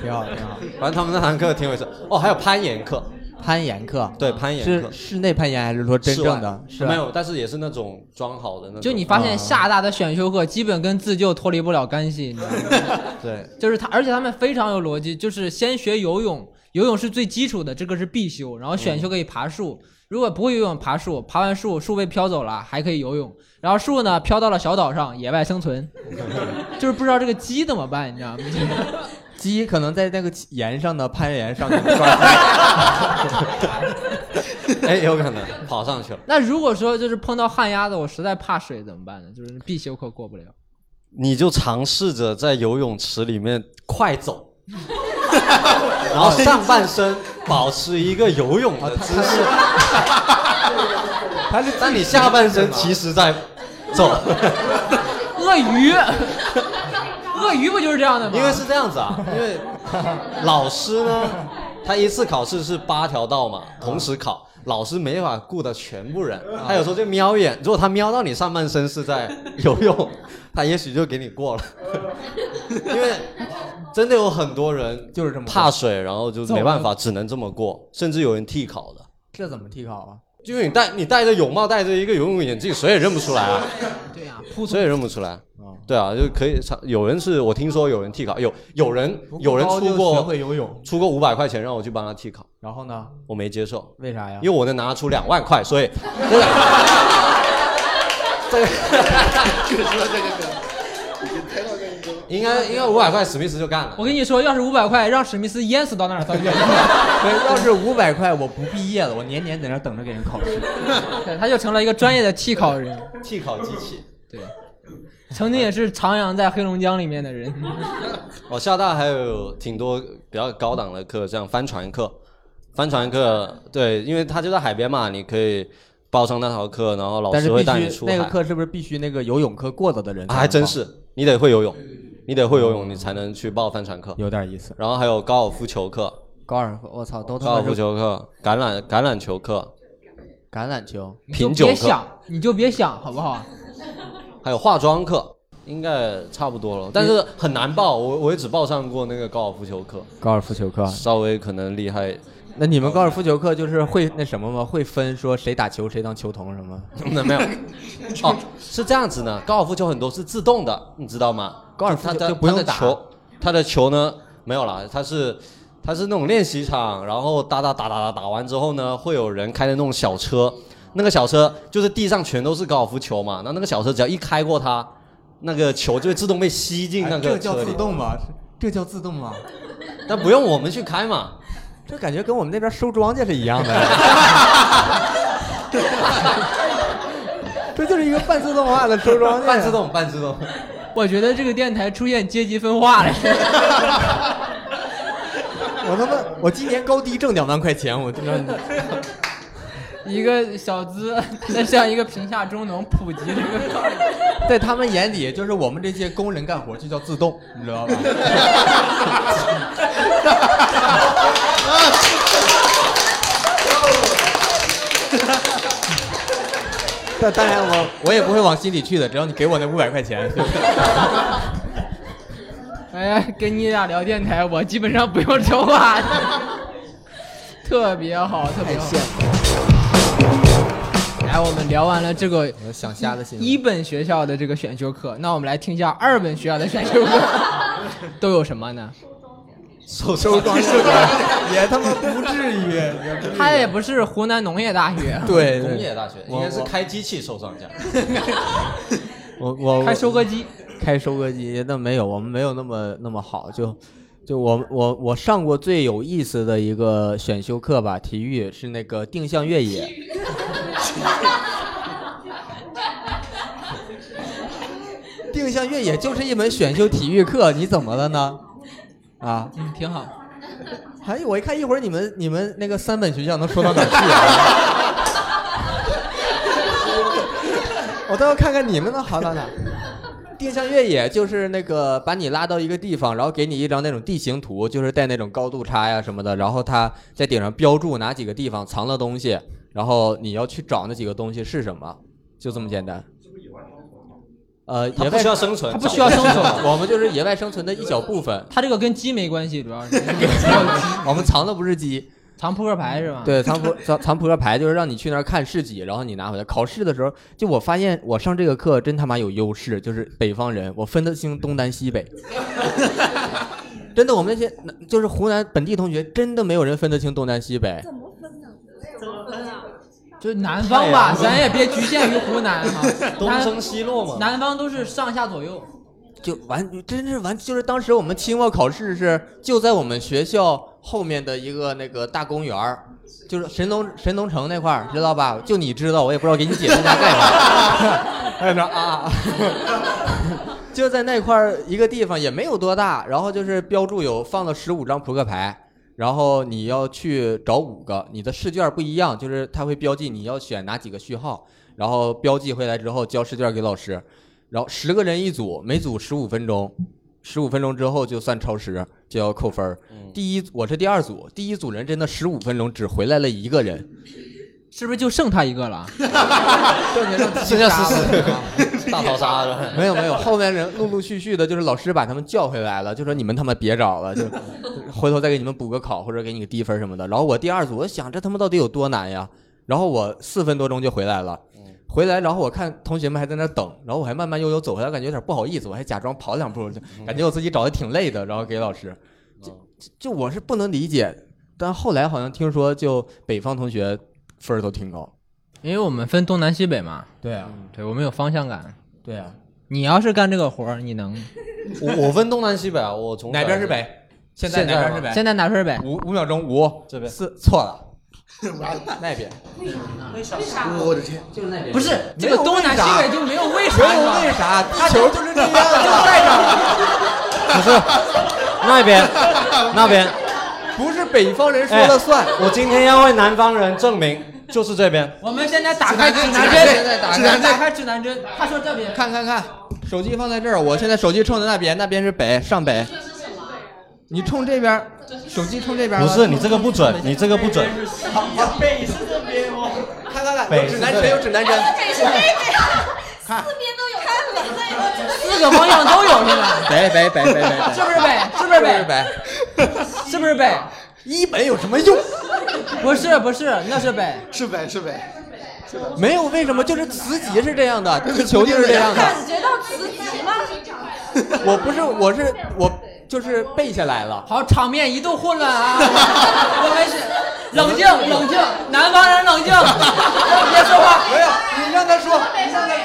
B: 挺好，挺好。
E: *laughs* 反正他们那堂课挺有意思。哦，还有攀岩课，
B: 攀岩课，
E: 对，攀岩课
B: 是室内攀岩还是说真正的？
E: 是
B: 吧
E: 没有，但是也是那种装好的那种。啊
C: 就你发现厦大的选修课基本跟自救脱离不了干系，你知道吗？
E: 对，
C: 就是他，而且他们非常有逻辑，就是先学游泳，游泳是最基础的，这个是必修，然后选修可以爬树。如果不会游泳，爬树，爬完树，树被飘走了，还可以游泳。然后树呢，飘到了小岛上，野外生存， *laughs* 就是不知道这个鸡怎么办，你知道吗？ *laughs*
B: 鸡可能在那个岩上的攀岩上去抓。
E: 哎，有可能跑上去了。
C: 那如果说就是碰到旱鸭子，我实在怕水怎么办呢？就是必修课过不了。
E: *laughs* 你就尝试着在游泳池里面快 *laughs* 走，然后上半身保持一个游泳的姿 *laughs* 势，
B: 它是
E: 但你下半身其实在走， *laughs*
C: 鳄鱼， *laughs* 鳄鱼不就是这样的吗？
E: *laughs* 因为是这样子啊，因为老师呢，他一次考试是八条道嘛，同时考。老师没法顾得全部人，他有时候就瞄一眼，如果他瞄到你上半身是在游泳，他也许就给你过了，因为真的有很多人
B: 就是这么
E: 怕水，然后就没办法，只能这么过，甚至有人替考的。 *laughs*
B: 这怎么替考啊？
E: 因为你戴你戴着泳帽，戴着一个游泳眼镜，谁也认不出来啊，
C: 对呀、
E: 谁也认不出来。对啊，就可以查。有人是我听说有人替考，有有人有人
B: 不
E: 出
B: 高就学
E: 过
B: 会游泳，
E: 出过五百块钱让我去帮他替考，
B: 然后呢？
E: 我没接受，
B: 为
E: *laughs*
B: 啥呀？
E: 因为我能拿出两万块，所以这个
F: 就说这个梗，已经猜到这一个了。
E: *laughs* 应该应该五百块史密斯就干了
C: 我。跟你说，要是五百块让史密斯淹死到那儿，他就愿意
E: *laughs*
B: 对，要是五百块，我不毕业了，我年年在那等着给人考
E: *laughs*
B: 试。
C: 对，他就成了一个专业的替考人。
E: 替考机器。
C: 对，曾经也是徜徉在黑龙江里面的人。
E: 哦，厦大还有挺多比较高档的课，像帆船课，帆船
B: 哦
E: 课，对，因为它就在海边嘛，你可以报上那堂课，然后老
B: 但
E: 师
B: 是
E: 会带你
B: 必
E: 出
B: 须
E: 海。
B: 那个课是不是必须那个游泳课过了的人？
E: 啊，还真，是，你得会游泳，你得会游泳，你才能去报帆船课。
B: 有点意思。
E: 然后还有高尔夫球课、
B: 高尔夫，我操，都他
E: 高尔
B: 妈
E: 夫
B: 是
E: 球课、橄榄橄榄球课、
B: 橄榄球。
C: 你就
E: 品酒
C: 别
E: 课，
C: 想，你就别想，好不好？
E: 还有化妆课，应该差不多了。但是很难报，我我也只报上过那个高尔夫球课，
B: 高尔夫球课，
E: 稍微可能厉害，
B: 那你们高尔夫球课就是会那什么吗？会分说谁打球谁当球童什么？
E: *laughs*
B: *laughs*
E: 那没有。哦，是这样子呢，高尔夫球很多是自动的，你知道吗？
B: 高尔夫
E: 它
B: 球
E: 的
B: 就不用
E: 它的
B: 打
E: 球，它的球呢没有了，它是它是那种练习场，然后打打打打打打完之后呢，会有人开的那种小车，那个小车就是地上全都是高尔夫球嘛，那那个小车只要一开过它，那个球就会自动被吸
B: 哎
E: 进那个车里，
B: 吗？这叫自动吗？
E: 但不用我们去开嘛。
B: 这感觉跟我们那边收庄稼是一样 *laughs* 的。这就是一个半自动化的收庄稼，
E: 半自。动，半自动。
C: 我觉得这个电台出现阶级分化了。 *laughs*
B: 我他妈，我今年高低挣两万块钱，我真 *laughs* 的。
C: 一个小资 *laughs* 在向一个贫下中农普及这个道理。
B: 在他们眼里，就是我们这些工人干活就叫自动，你知道吧？但当然我 *laughs* 我也不会往心里去的，只要你给我那五百块 *laughs* 钱。就
C: 哎呀，跟你俩聊电台，我基本上不用说
B: *laughs*
C: 话，特别好，特别好。来，我们聊完了这个
B: 我想瞎的心
C: 一本学校的这个选修课，那我们来听一下二本学校的选
B: *laughs*
C: 修课都有什么呢？
B: 收收装收装， *laughs* 也他妈不至于。
C: 它也不是湖南农业大学，
B: 对，
E: 工业大学应该是
B: 我
E: 开机器收庄稼。
B: *laughs* 我我我
C: 开收割机。
B: 开收割机，那没有，我们没有那么那么好。就就我我我上过最有意思的一个选修课吧，体育是那个定向越野。定向越野就是一门选修体育课，你怎么了呢？啊，
C: 嗯，挺好。
B: 哎，我一看一会儿你们你们那个三本学校能说到哪儿去啊？我倒要看看你们能好到哪儿。定向越野就是那个把你拉到一个地方，然后给你一张那种地形图，就是带那种高度差呀什么的，然后他在顶上标注哪几个地方藏了东西，然后你要去找那几个东西是什么，就这么简单。呃，
E: 它
B: 野
E: 不
B: 外
E: 需要生存，
C: 它不需要生存
B: 我们就是野外生存的一小部分。
C: 它这个跟鸡没关系，主要
B: *laughs*
C: 是没有
B: 我们藏的不是鸡，
C: 藏扑克牌是吧？，
B: 对，藏扑藏藏扑克牌就是让你去那儿看市集，然后你拿回来。考试的时候，就我发现我上这个课真他妈有优势，就是北方人，我分得清东南西北。 *laughs* 真的，我们那些南就是湖南本地同学，真的没有人分得清东南西北。
H: 啊
C: 就南方吧，咱也别局限于湖南 *laughs* 哈。
E: 东
C: 南
E: 升西落嘛。
C: 南方都是上下左右，
B: 就完，真是完，就是当时我们期末考试是就在我们学校后面的一个那个大公园儿就是神农神农城那块儿，知道吧？就你知道，我也不知道给你解释一下干啥。 *laughs* 哎呀啊， *laughs* 就在那块儿一个地方，也没有多大，然后就是标注有放了十五张扑克牌。然后你要去找五个，你的试卷不一样，就是它会标记你要选哪几个序号，然后标记回来之后交试卷给老师，然后十个人一组，每组十五分钟，十五分钟之后就算超时，就要扣分儿。第一，我是第二组，第一组人真的十五分钟只回来了一个人，
C: 是不是就剩他一个了？
B: 剩下十四个。
E: 大逃
B: *laughs*
E: 杀是吧？
B: 没有没有，后面人陆陆续续的，就是老师把他们叫回来了，就说你们他妈别找 *laughs* 了，就回头再给你们补个考或者给你个低分什么的。然后我第二组，我想这他妈到底有多难呀？然后我四分多钟就回来了，回来然后我看同学们还在那等，然后我还慢慢悠悠走回来，感觉有点不好意思，我还假装跑两步，就感觉我自己找的挺累的，然后给老师。就就我是不能理解，但后来好像听说就北方同学分儿都挺高。
I: 因为我们分东南西北嘛，
C: 对啊，
I: 对我们有方向感。
B: 对啊，
I: 你要是干这个活儿，你能
E: 我我分东南西北啊，我从
B: 哪边是？北？现在
E: 现在
B: 哪边
E: 吗
B: 是北？
I: 现在哪分北？
B: 五五秒钟，五
E: 这边
B: 四错了，
F: 完了，
B: 那边
F: 我的天，
I: 不是这个东南西北就没有为啥，
B: 没有为啥，地球就是这样，就在这
E: 不是，那边，那边。
B: *laughs* 不是北方人说了算。
E: 我今天要为南方人证明，就是这边。
C: 我们现在打开指南针，现在打开打开指南针，他说这边
B: 看看看，手机放在这儿，我现在手机冲着那边，那边是北上北。你冲这边，手机冲这边
E: 不
B: 了。
E: 是你这个不
B: 呃
E: 准，你这个不准。
B: 看看看，
E: 北
B: 有指南针，有指南针。
G: 北是北北，四边都有，看北在
C: 四个方向都有是吧？
B: 北北北
C: *laughs*
B: 北北，
C: 是不是北？是不是
B: 北
C: 北？
B: 北？
C: *laughs* 是不是北？
B: 一本有什么用？
C: 不是不是，那是北。
F: 是北是北，
B: 没有为什么，就是磁极是这样 *laughs* 的，地球就是这样的。
G: 感觉到磁极吗？
B: 我不是，我是我就是背下来了。
C: 好，场面一度混
B: *laughs*
C: 乱啊！我们是冷静冷静，南方
B: *laughs*
C: 人冷静，别说话。
B: 没有，你让他说。
G: 北方人，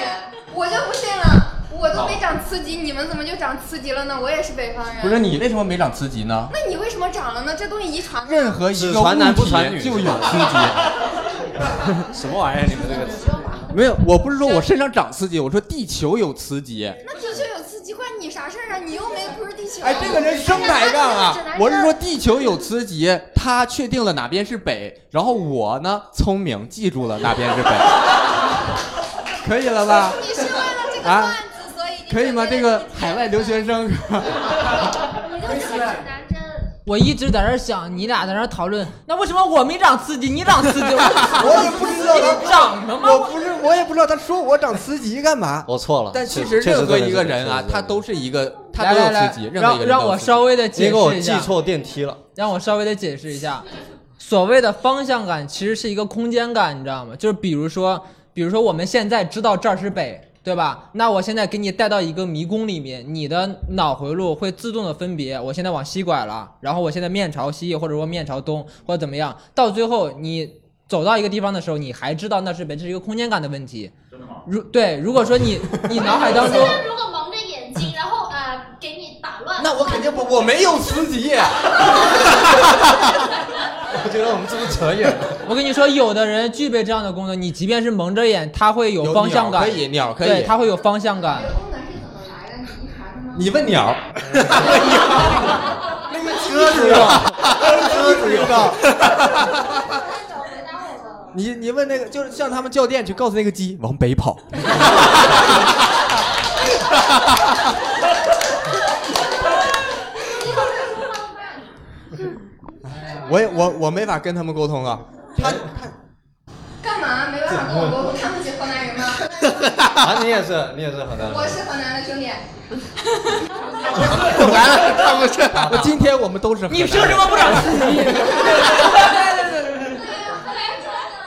G: 我就不信了，我都没长磁极，你们怎么就长磁极了呢？我也是北方人。
B: 哦不是，你为什么没长磁极呢？
G: 那你为什么长了呢？这东西遗传的。
B: 任何一
E: 只
B: 个
E: 传男不
B: 物体
E: 传女
B: 就是有
E: 吧
B: 刺激。 *laughs*
E: 什么玩意儿？你们这个
B: 没有，我不是说我身上长刺激，我说地球有刺激。
G: 那地球有刺激，关你啥事儿啊？你又没不是地球。
B: 哎，这个人生抬杠
G: 指南
B: 啊！
G: 针
B: 我是说地球有磁极，他确定了哪边是北，然后我呢聪明记住了哪边是北， *laughs* 可以了吧？
G: 你是为了这个
B: 啊
G: 段子，所以你
B: 可以吗？
G: 准备
B: 这个海外留学生，
G: 你就是指南针。
C: 我一直在那儿想，你俩在那儿讨论，那为什么我没长刺激，你长刺激？我
B: 也不知道
C: *laughs* 你长了吗？
B: *laughs* 我不是，我也不知道他说我长磁极干嘛。
E: 我错了。
B: 但其
E: 确
B: 哦实任何一个人啊，他都是一个，他都有刺激，任何一个
C: 让
B: 人
C: 让我稍
B: 微
C: 微的
E: 结
C: 解
E: 果我
C: 释一
E: 记
C: 下，
E: 错电梯了。
C: 让我稍微的解释一下，所谓的方向感其实是一个空间感，你知道吗？就是比如说，比如说我们现在知道这儿是北，对吧？那我现在给你带到一个迷宫里面，你的脑回路会自动的分别，我现在往西拐了，然后我现在面朝西，或者说面朝东，或者怎么样，到最后你。走到一个地方的时候，你还知道那是北，这是一个空间感的问题。真的吗？如对，如果说你你脑海当中，
H: 现在如果蒙着眼睛，然后呃给你打乱，
B: 那我肯定不，我没有磁 *laughs* 极。
E: 我觉得我们是不是扯远了？
C: 我跟你说，有的人具备这样的功能，你即便是蒙着眼，他会有方向感，
B: 有鸟可以鸟可以
C: 对，他会有方向感。
G: 功能是怎么来的？你遗传的吗？
B: 你问鸟， *laughs* 那个车知道，车知道。你你问那个，就是向他们叫电去告诉那个鸡往北跑。我也我我没法跟他们沟通啊，他
G: 干嘛没办法跟我沟通？他们是河南人吗？
B: *laughs*
E: 啊，你也是，你也是河南
G: 我
E: 人。
G: 是河南的兄弟。
B: *laughs* 完了，他不是。 *laughs* 我今天我们都是河南人
C: 你凭什么不长刺激？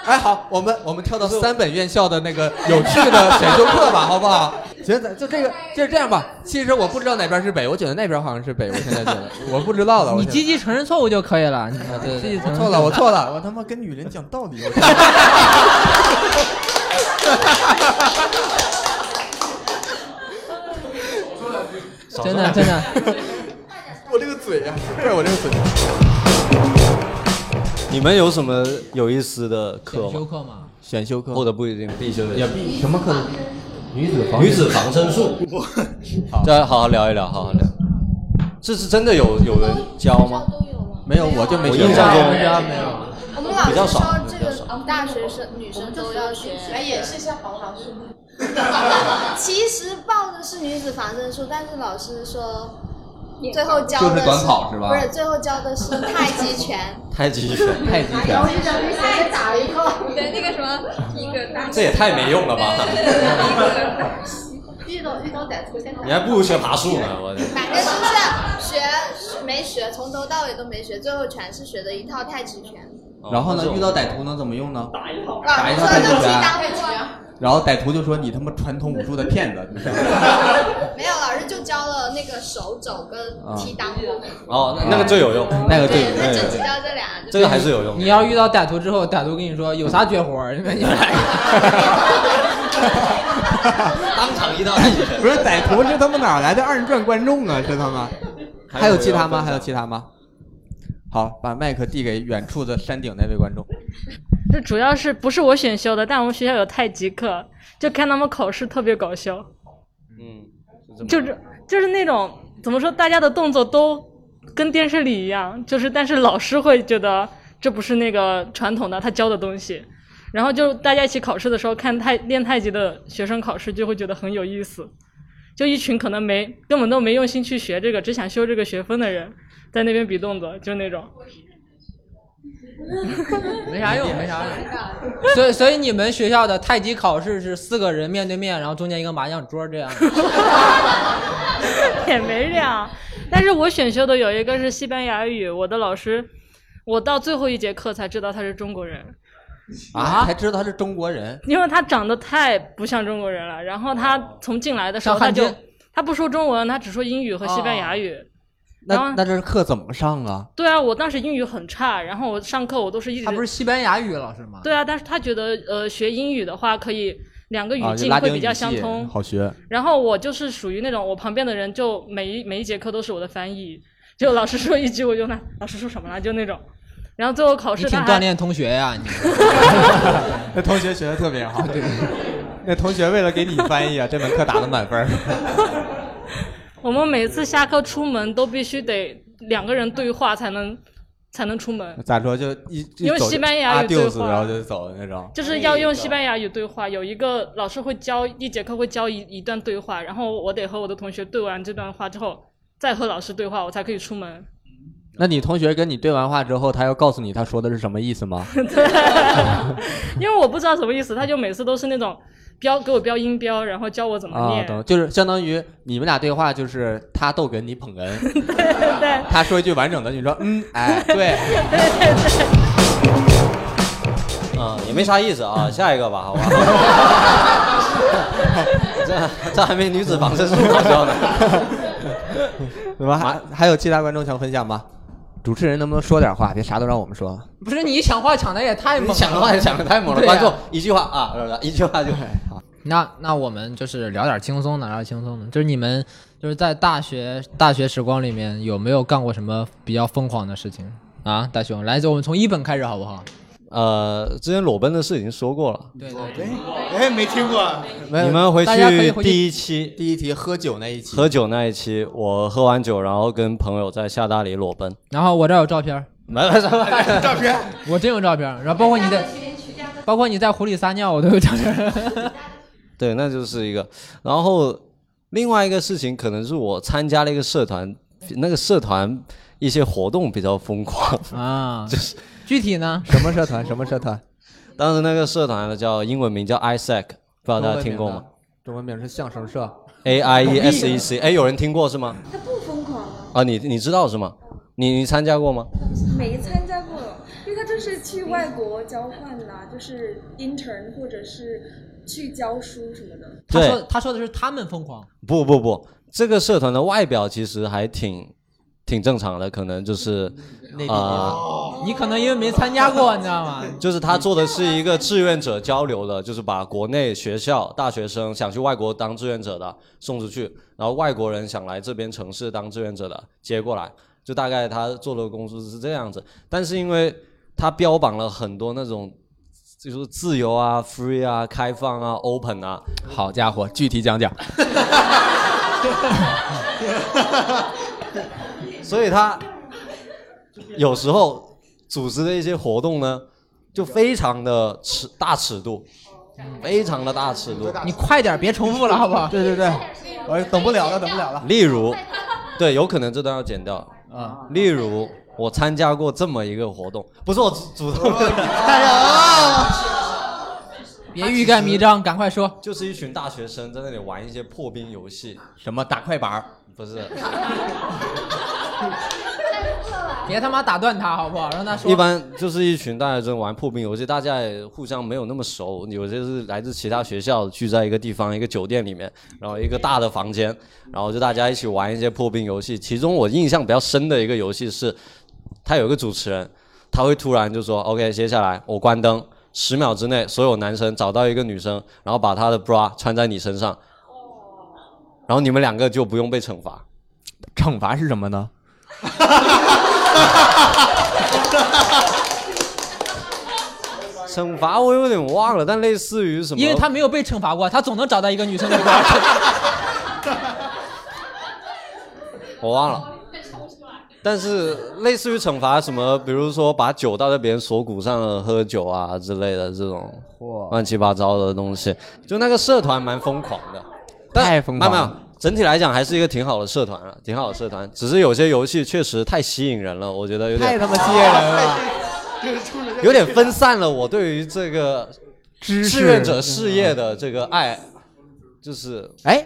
B: 哎，好，我们我们跳到三本院校的那个有趣的选修课吧，好不好？行，咱就这个就是这样吧。其实我不知道哪边是北，我觉得那边好像是北，我现在觉得我不知道了。我
C: 你
B: 现在
C: 积极承认错误就可以了。你
B: 对
C: 积
B: 对
C: 极
B: 对我
C: 承认
B: 错
C: 误
B: 了，我错了，我他妈跟女人讲道理。我
C: 真的真的。
B: *laughs* *laughs* 我这个嘴呀、不是我这个嘴。
E: 你们有什么有意思的课
C: 修
E: 吗？
C: 课嘛，
B: 选修课
E: 或者不一定必修的
B: 也必什么课？女子
E: 女子防身术，再 *laughs* 好好聊一聊，好好聊。这是真的有有人教吗？
H: 都有吗？
B: 没有，我就没
E: 我
B: 学
E: 印
B: 过
E: 象中
G: 我们老
E: 比较
G: 师
E: 少
G: 说
E: 比较
G: 这个
E: 少
G: 我们大学生女生都要学。
H: 哎，也是像黄老师，
G: 其实报的是女子防身术，但是老师说
H: 最后教
B: 就是
H: 的
B: 短跑是吧
H: 不是，最后教的是太极拳。
B: 太极拳，
E: *laughs*
B: 太极拳
H: *laughs* 然后是让那谁打一个，
G: 对那个
H: *laughs*
G: 什么一个大
E: 这也太没用了吧！
G: 遇到遇到歹徒先打
E: 你还不如学爬树呢，我
H: 反正就是学没学，从头到尾都没学，最后全是学的一套太极拳。
E: 哦
B: 然后呢，遇到歹徒能怎么用呢？
H: 老
B: 一
H: 师
B: 套
H: 说
B: 太极
H: 就去
B: 拳
H: 当官，
B: 然后歹徒就说：“你他妈传统武术的骗子！” *laughs*
H: 没有，老师就教了那个手肘跟踢裆部，
E: 哦，那那个最有用，
B: 那个对
H: 对，他就只教这俩，就
E: 这个还是有用
A: 你。要是遇到歹徒之后，歹徒跟你说有啥绝活儿，你们就来。
E: 当场一道太极
B: *laughs*
E: 拳
B: 不是歹徒是他们哪来的二人转观众啊？是他们？还有其他吗？还有其他吗？好，把麦克递给远处的山顶那位观众。
J: 这主要是不是我选修的，但我们学校有太极课，就看他们考试特别搞笑，
E: 嗯，
J: 就是就是那种怎么说，大家的动作都跟电视里一样，就是但是老师会觉得这不是那个传统的他教的东西，然后就大家一起考试的时候看太练太极的学生考试，就会觉得很有意思，就一群可能没根本都没用心去学这个，只想修这个学分的人在那边比动作，就那种。
A: *laughs* 没啥用，没啥用。所以，所以你们学校的太极考试是四个人面对面，然后中间一个麻将桌
J: *laughs*
A: 这样的。
J: 也没这样。但是我选修的有一个是西班牙语，我的老师，我到最后一节课才知道他是中国人，
B: 啊，才知道他是中国人。
J: 因为他长得太不像中国人了。然后他从进来的时候
A: 像
J: 他
A: 汉
J: 就
A: 奸
J: 他不说中文，他只说英语和西班牙语。然
B: 那
J: 后
B: 那这课怎么上啊？
J: 对啊，我当时英语很差，然后我上课我都是一直
A: 他不是西班牙语老师吗？
J: 对啊，但是他觉得呃学英语的话可以两个语
B: 啊，就
J: 境
B: 拉
J: 会
B: 丁
J: 比
B: 语
J: 较
B: 系
J: 相通。
B: 好学。
J: 然后我就是属于那种，我旁边的人就每一每一节课都是我的翻译，就老师说一句我就那老师说什么了就那种，然后最后考
A: 你
J: 试
A: 挺
J: 他
A: 锻
J: 还
A: 炼同学呀、你。
B: 那同学学的特别 *laughs* 好。那同学为了给你翻译啊，这门课打了满分。 *laughs*
J: 我们每次下课出门都必须得两个人对话才能才能出门，
B: 咋说就一一
J: 因为
B: 走
J: 西班牙语
B: 阿丢斯
J: 对话
B: 然后就走的那种。
J: 就是要用西班牙语对话。有一个老师会教一节课会教一一段对话，然后我得和我的同学对完这段话之后，再和老师对话，我才可以出门。
B: 那你同学跟你对完话之后，他要告诉你他说的是什么意思吗？
J: 因为我不知道什么意思，他就每次都是那种标给我标音标，然后教我怎么
B: 啊，
J: 念。
B: 懂，就是相当于你们俩对话，就是他逗哏，你捧哏，
J: *laughs* 对。
B: 他说一句完整的，你说嗯，哎， *laughs* 对，
E: 嗯，也没啥意思 *laughs* 啊，下一个吧，好吧。这这还没女子防身术好笑呢。
B: 怎么还还有其他观众想分享吗？主持人能不能说点话？别啥都让我们说。
A: 不是你抢话抢的也太猛
E: 你
A: 了。
E: 想的话也想的太猛了，
A: 对呀
E: 观众 *laughs* 一句话啊，一句话就
B: 哎
E: 好。
A: *laughs* 那那我们就是聊点轻松的，聊点轻松的，就是你们就是在大学大学时光里面有没有干过什么比较疯狂的事情啊？大熊，来，我们从一本开始好不好？
E: 呃，之前裸奔的事已经说过了，
A: 对对对，
F: 哎，没听过，
E: 你们回
A: 大家可以回去
E: 第一期
B: 第一题喝酒那一期，
E: 喝酒那一期，我喝完酒，然后跟朋友在厦大里裸奔，
A: 然后我这儿有照片儿，
E: 没没没，
F: 照片
A: 我真有照片儿，然后包括你在，包括你在湖里撒尿，我都有照片儿。
E: *laughs* 对，那就是一个。然后另外一个事情，可能是我参加了一个社团，那个社团一些活动比较疯狂。
A: 啊，具体呢？
B: 什么社团？什么社团？
E: 当时那个社团呢，叫英文名叫 ISEC，不知道大家听过吗
B: 中文名是相声社，
E: ？A I E S E C，哎，有人听过是吗？
H: 他不疯狂啊，
E: 啊，你你知道是吗？你你参加过吗？
H: 没参加过，因为他这是去外国交换啦，
E: 嗯
H: 就是 intern 或者是去教书什么的。
A: 他
E: 对
A: 说他说的是他们疯狂，
E: 不不不，这个社团的外表其实还挺挺正常的，可能就是啊、
A: 你可能因为没参加过，你知道吗？
E: 就是他做的是一个志愿者交流的，就是把国内学校大学生想去外国当志愿者的送出去，然后外国人想来这边城市当志愿者的接过来，就大概他做的工作是这样子。但是因为他标榜了很多那种。就是自由啊、free 啊、开放啊、open 啊，
B: 好家伙，具体讲讲。
E: *laughs* 所以他有时候组织的一些活动呢，就非常的尺大尺度，非常的大
C: 嗯
E: 尺度。
A: 你快点，别重复了，好不好？
B: 对对对，我等不了了，等不了了。
E: 例如，对，有可能这段要剪掉
A: 啊。
E: 例如，我参加过这么一个活动，不是我主动的，
A: 别欲盖弥彰，赶快说。
E: *laughs* 就是一群大学生在那里玩一些破冰游戏，
B: 什么打快板儿
E: 不是，
A: 别他妈打断他好不好？让他说。
E: 一般就是一群大学生玩破冰游戏，大家也互相没有那么熟，有些是来自其他学校聚在一个地方，一个酒店里面，然后一个大的房间，然后就大家一起玩一些破冰游戏。其中我印象比较深的一个游戏是，他有一个主持人，他会突然就说：“OK，接下来我关灯，十秒之内所有男生找到一个女生，然后把她的 bra 穿在你身上，然后你们两个就不用被惩罚。
B: 惩罚是什么呢？
E: 惩罚我有点忘了，但类似于什么？
A: 因为他没有被惩罚过，他总能找到一个女生的瓜吃。
E: *laughs* 我忘了。但是类似于惩罚什么，比如说把酒倒在别人锁骨上了喝酒啊之类的这种乱七八糟的东西，就那个社团蛮疯狂的，但
B: 太疯狂了
E: 没有没有整体来讲还是一个挺好的社团了，挺好的社团。只是有些游戏确实太吸引人了，我觉得有
B: 太
E: 点
B: 他妈吸引人了，
E: 有点分散了我对于这个
B: *laughs* 知
E: 志愿者事业的这个爱，就是
B: 哎，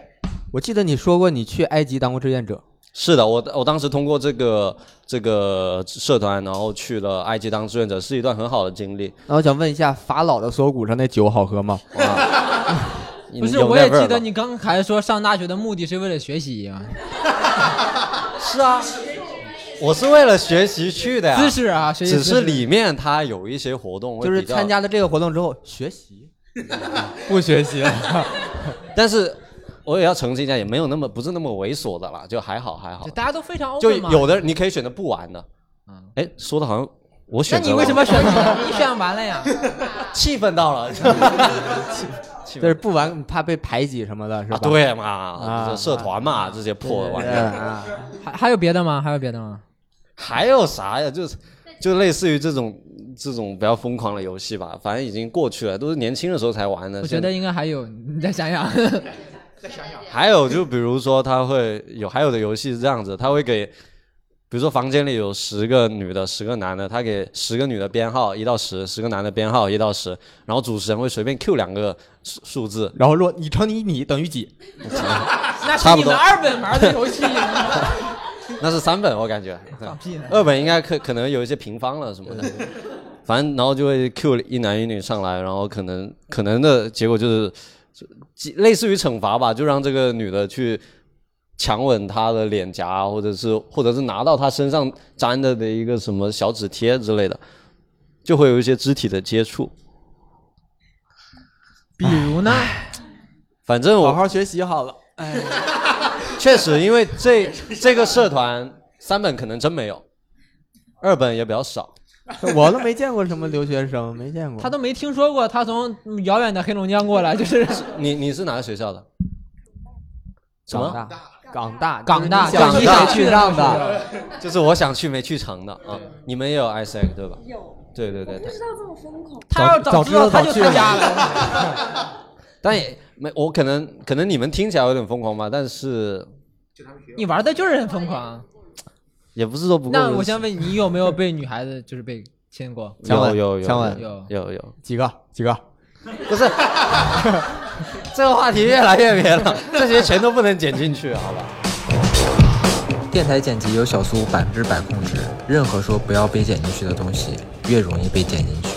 B: 我记得你说过你去埃及当过志愿者，
E: 是的，我我当时通过这个这个社团，然后去了埃及当志愿者，是一段很好的经历。
B: 那我想问一下，法老的锁骨上那酒好喝吗？
A: *laughs* 不是，
E: 有
A: 我也
E: 那味儿
A: 记得
E: 吗
A: 你刚才说上大学的目的是为了学习啊，
E: 是啊，我是为了学习去的呀，
A: 知识啊，学习
E: 只
A: 知
E: 是
A: 识
E: 里面它有一些活动，
B: 就是参，加了这个活动之后学习，不学习了。
E: 但是我也要澄清一下，也没有那么不是那么猥琐的啦，就还好还好
A: 就，大家都非常
E: 就
A: open 嘛。嗯
E: 有的你可以选择不玩的。哎，说的好像我
A: 那
E: 选择
A: 你
E: 了
A: 为什么选择？你选完了呀？ *laughs*
E: 气愤到了？
B: 就是不玩怕被排挤什么的，是吧？
E: 啊，对
A: 啊
E: 嘛，这社团嘛，这些破玩意儿。
B: 啊，
A: 还还有别的吗？还有别的吗？
E: 还有啥呀？就是就类似于这种这种比较疯狂的游戏吧，反正已经过去了，都是年轻的时候才玩的。
A: 我觉得应该还有，你再想
E: *laughs*
A: 想。
E: 现在还有就比如说，他会有还有的游戏是这样子，他会给，比如说房间里有十个女的，十个男的，他给十个女的编号一到十，十个男的编号一到十，然后主持人会随便 Q 两个数数字，
B: 然后若你乘以你等于几？
A: 那是
E: 差不
A: 你
E: 多
A: 们二本玩的
E: *laughs*
A: 游戏。
E: 那是三本，我感觉。
A: 屁呢
E: 二本应该可可能有一些平方了什么的，反正然后就会 Q 一男一女上来，然后可能可能的结果就是就几类似于惩罚吧，就让这个女的去强吻他的脸颊，或者是或者是拿到他身上粘着的一个什么小纸贴之类的，就会有一些肢体的接触。
A: 比如呢？
E: 反正我
B: 好好学习好了。
E: 确实，因为这这个社团三本可能真没有，二本也比较少。
B: 我都没见过什么留学生，没见过。
A: 他都没听说过，他从遥远的黑龙江过来，就是
E: 你你是哪个学校的？什么？
B: 港大，
A: *laughs* 港
B: 港大，
A: 大
B: 就是
A: 港
B: 你
A: 大
B: 想去上的，
E: 就是我想去没去成的啊！你们也有 ISEC 对吧？
H: *laughs* 有，
E: 对对
H: 我
E: 对
H: 不，知道这么疯狂。
A: 他要
B: 早
A: 知道
B: 早
A: 他
B: 知
A: 就
B: 道早去了
A: 参加了。
E: 但也没我可能可能你们听起来有点疯狂吧，但是
A: 你玩的就是很疯狂。
E: 也不是说不够。
A: 那我先问你，有没有被女孩子就是被亲过？
E: 有，有有有
B: 强吻
A: 有
E: 有有，
B: 几个几个？
E: 不是这个话题越来越偏了，这些全都不能剪进去，好吧？
D: 电台剪辑由小苏百分之百控制，任何说不要被剪进去的东西，越容易被剪进去。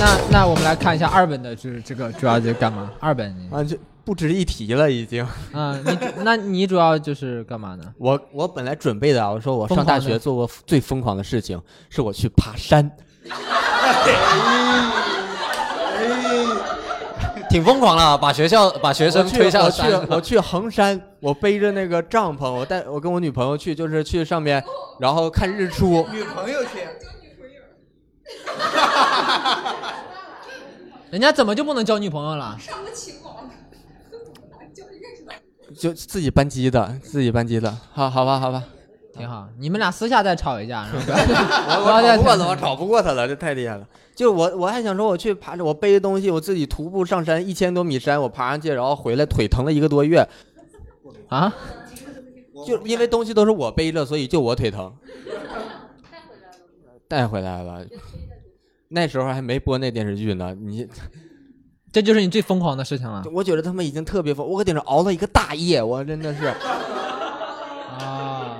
A: 那
E: *laughs*
A: 那我们来看一下二本的，就是这个主要在干嘛？二本，
B: 啊，就不值一提了，已经。
A: 嗯，你主那你主要就是干嘛呢？
B: 我我本来准备的啊，我说我
A: 疯
B: 上大
A: 狂的
B: 学做过最疯狂的事情是我去爬山，
E: 挺疯狂了，把学校把学
B: 我
E: 生
B: 去
E: 推下
B: 我
E: 山
B: 去， *laughs* 我去衡山，我背着那个帐篷，我带我跟我女朋友去，就是去上面，然后看日出。
F: 女朋友去，
A: 人家怎么就不能交女朋友了？
H: 上不起网，就是认识的。
B: 就自己班级的，自己班级的，好好吧，好吧。
A: 挺好，你们俩私下再吵一架，然后 *laughs* 不要不
B: 我
A: 要再
B: 吵不过他，我吵不过他了，这太厉害了。就我我还想说，我去爬着，我背着东西，我自己徒步上山一千多米山，我爬上去，然后回来腿疼了一个多月。
A: 啊！
B: 就因为东西都是我背着，所以就我腿疼。带回来了，那时候还没播那电视剧呢，你。
C: 这就是你最疯狂的事情了。
B: 我觉得他们已经特别疯，我搁顶上熬了一个大夜，我真的是。
A: 啊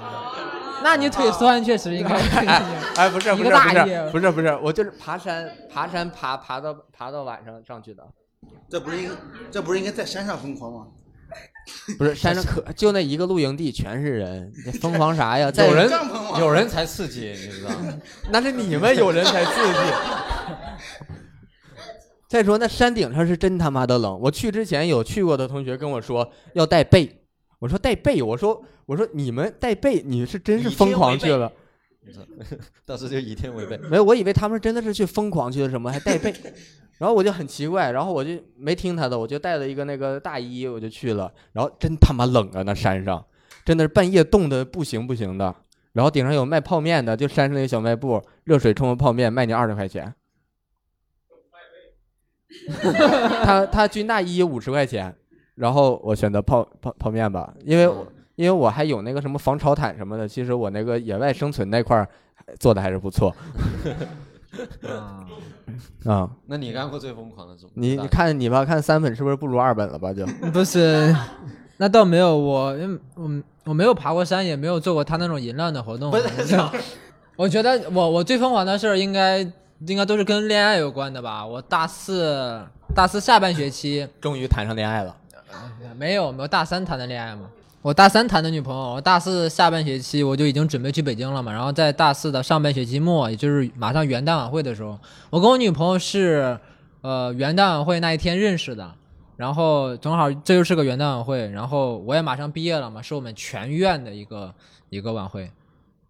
C: 那你腿酸确实应
E: *laughs*
C: 该。
B: 哎
E: 啊
B: 哎，不是
C: 一
B: 不是
C: 个大
B: 不
C: 夜
B: 是不是不是，我就是爬山爬山爬爬到爬到晚上上去的，
F: 这不是应这不是应该在山上疯狂吗？
B: 不是山上可就那一个露营地全是人，你疯狂啥 *laughs* 呀？在
F: 有人帐篷吗
E: 有人才刺激，你知道吗？
B: 那是你们有人才刺激。 *laughs* 再说那山顶上是真他妈的冷，我去之前有去过的同学跟我说要带被，我说带被，我说我说你们带被，你是真是疯狂去了。
E: 当时就以天为被。
B: 没有，我以为他们真的是去疯狂去了什么，还带被。然后我就很奇怪，然后我就没听他的，我就带了一个那个大衣，我就去了。然后真他妈冷啊，那山上真的是半夜冻得不行不行的。然后顶上有卖泡面的，就山上那个小卖部，热水冲个泡面卖你二十块钱。他他军大衣五十块钱，然后我选择泡泡泡面吧，因为我因为我还有那个什么防潮毯什么的，其实我那个野外生存那块儿做的还是不错。啊、
E: 那你干过最疯狂的是什么？
B: 你你看你吧，看三本是不是不如二本了吧？就
C: *laughs* 不是，那倒没有，我嗯我我没有爬过山，也没有做过他那种淫乱的活动。我觉得我我最疯狂的事儿应该应该都是跟恋爱有关的吧。我大四大四下半学期
B: *laughs* 终于谈上恋爱 *laughs* 了。
C: 没有没有大三谈的恋爱嘛。我大三谈的女朋友，我大四下半学期我就已经准备去北京了嘛。然后在大四的上半学期末，也就是马上元旦晚会的时候，我跟我女朋友是呃元旦晚会那一天认识的。然后正好这就是个元旦晚会，然后我也马上毕业了嘛，是我们全院的一个一个晚会。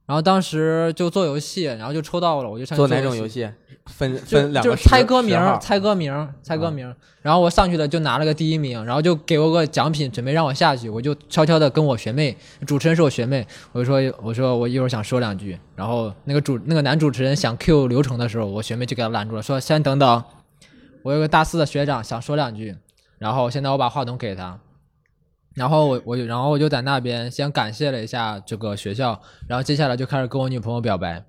C: 然后当时就做游戏，然后就抽到了，我就上去
B: 做哪
C: 游
B: 种
C: 戏
B: 游戏？分
C: 就
B: 分两
C: 就
B: 个
C: 是猜歌名
B: 十
C: 儿，
B: 号嗯
C: 猜歌名儿，猜歌名儿。然后我上去了，就拿了个第一名，然后就给我个奖品，准备让我下去。我就悄悄的跟我学妹，主持人是我学妹，我就说我说我一会儿想说两句。然后那个主那个男主持人想 Q 流程的时候，我学妹就给他拦住了，说先等等，我有个大四的学长想说两句。然后现在我把话筒给他。然后我我就然后我就在那边先感谢了一下这个学校，然后接下来就开始跟我女朋友表白，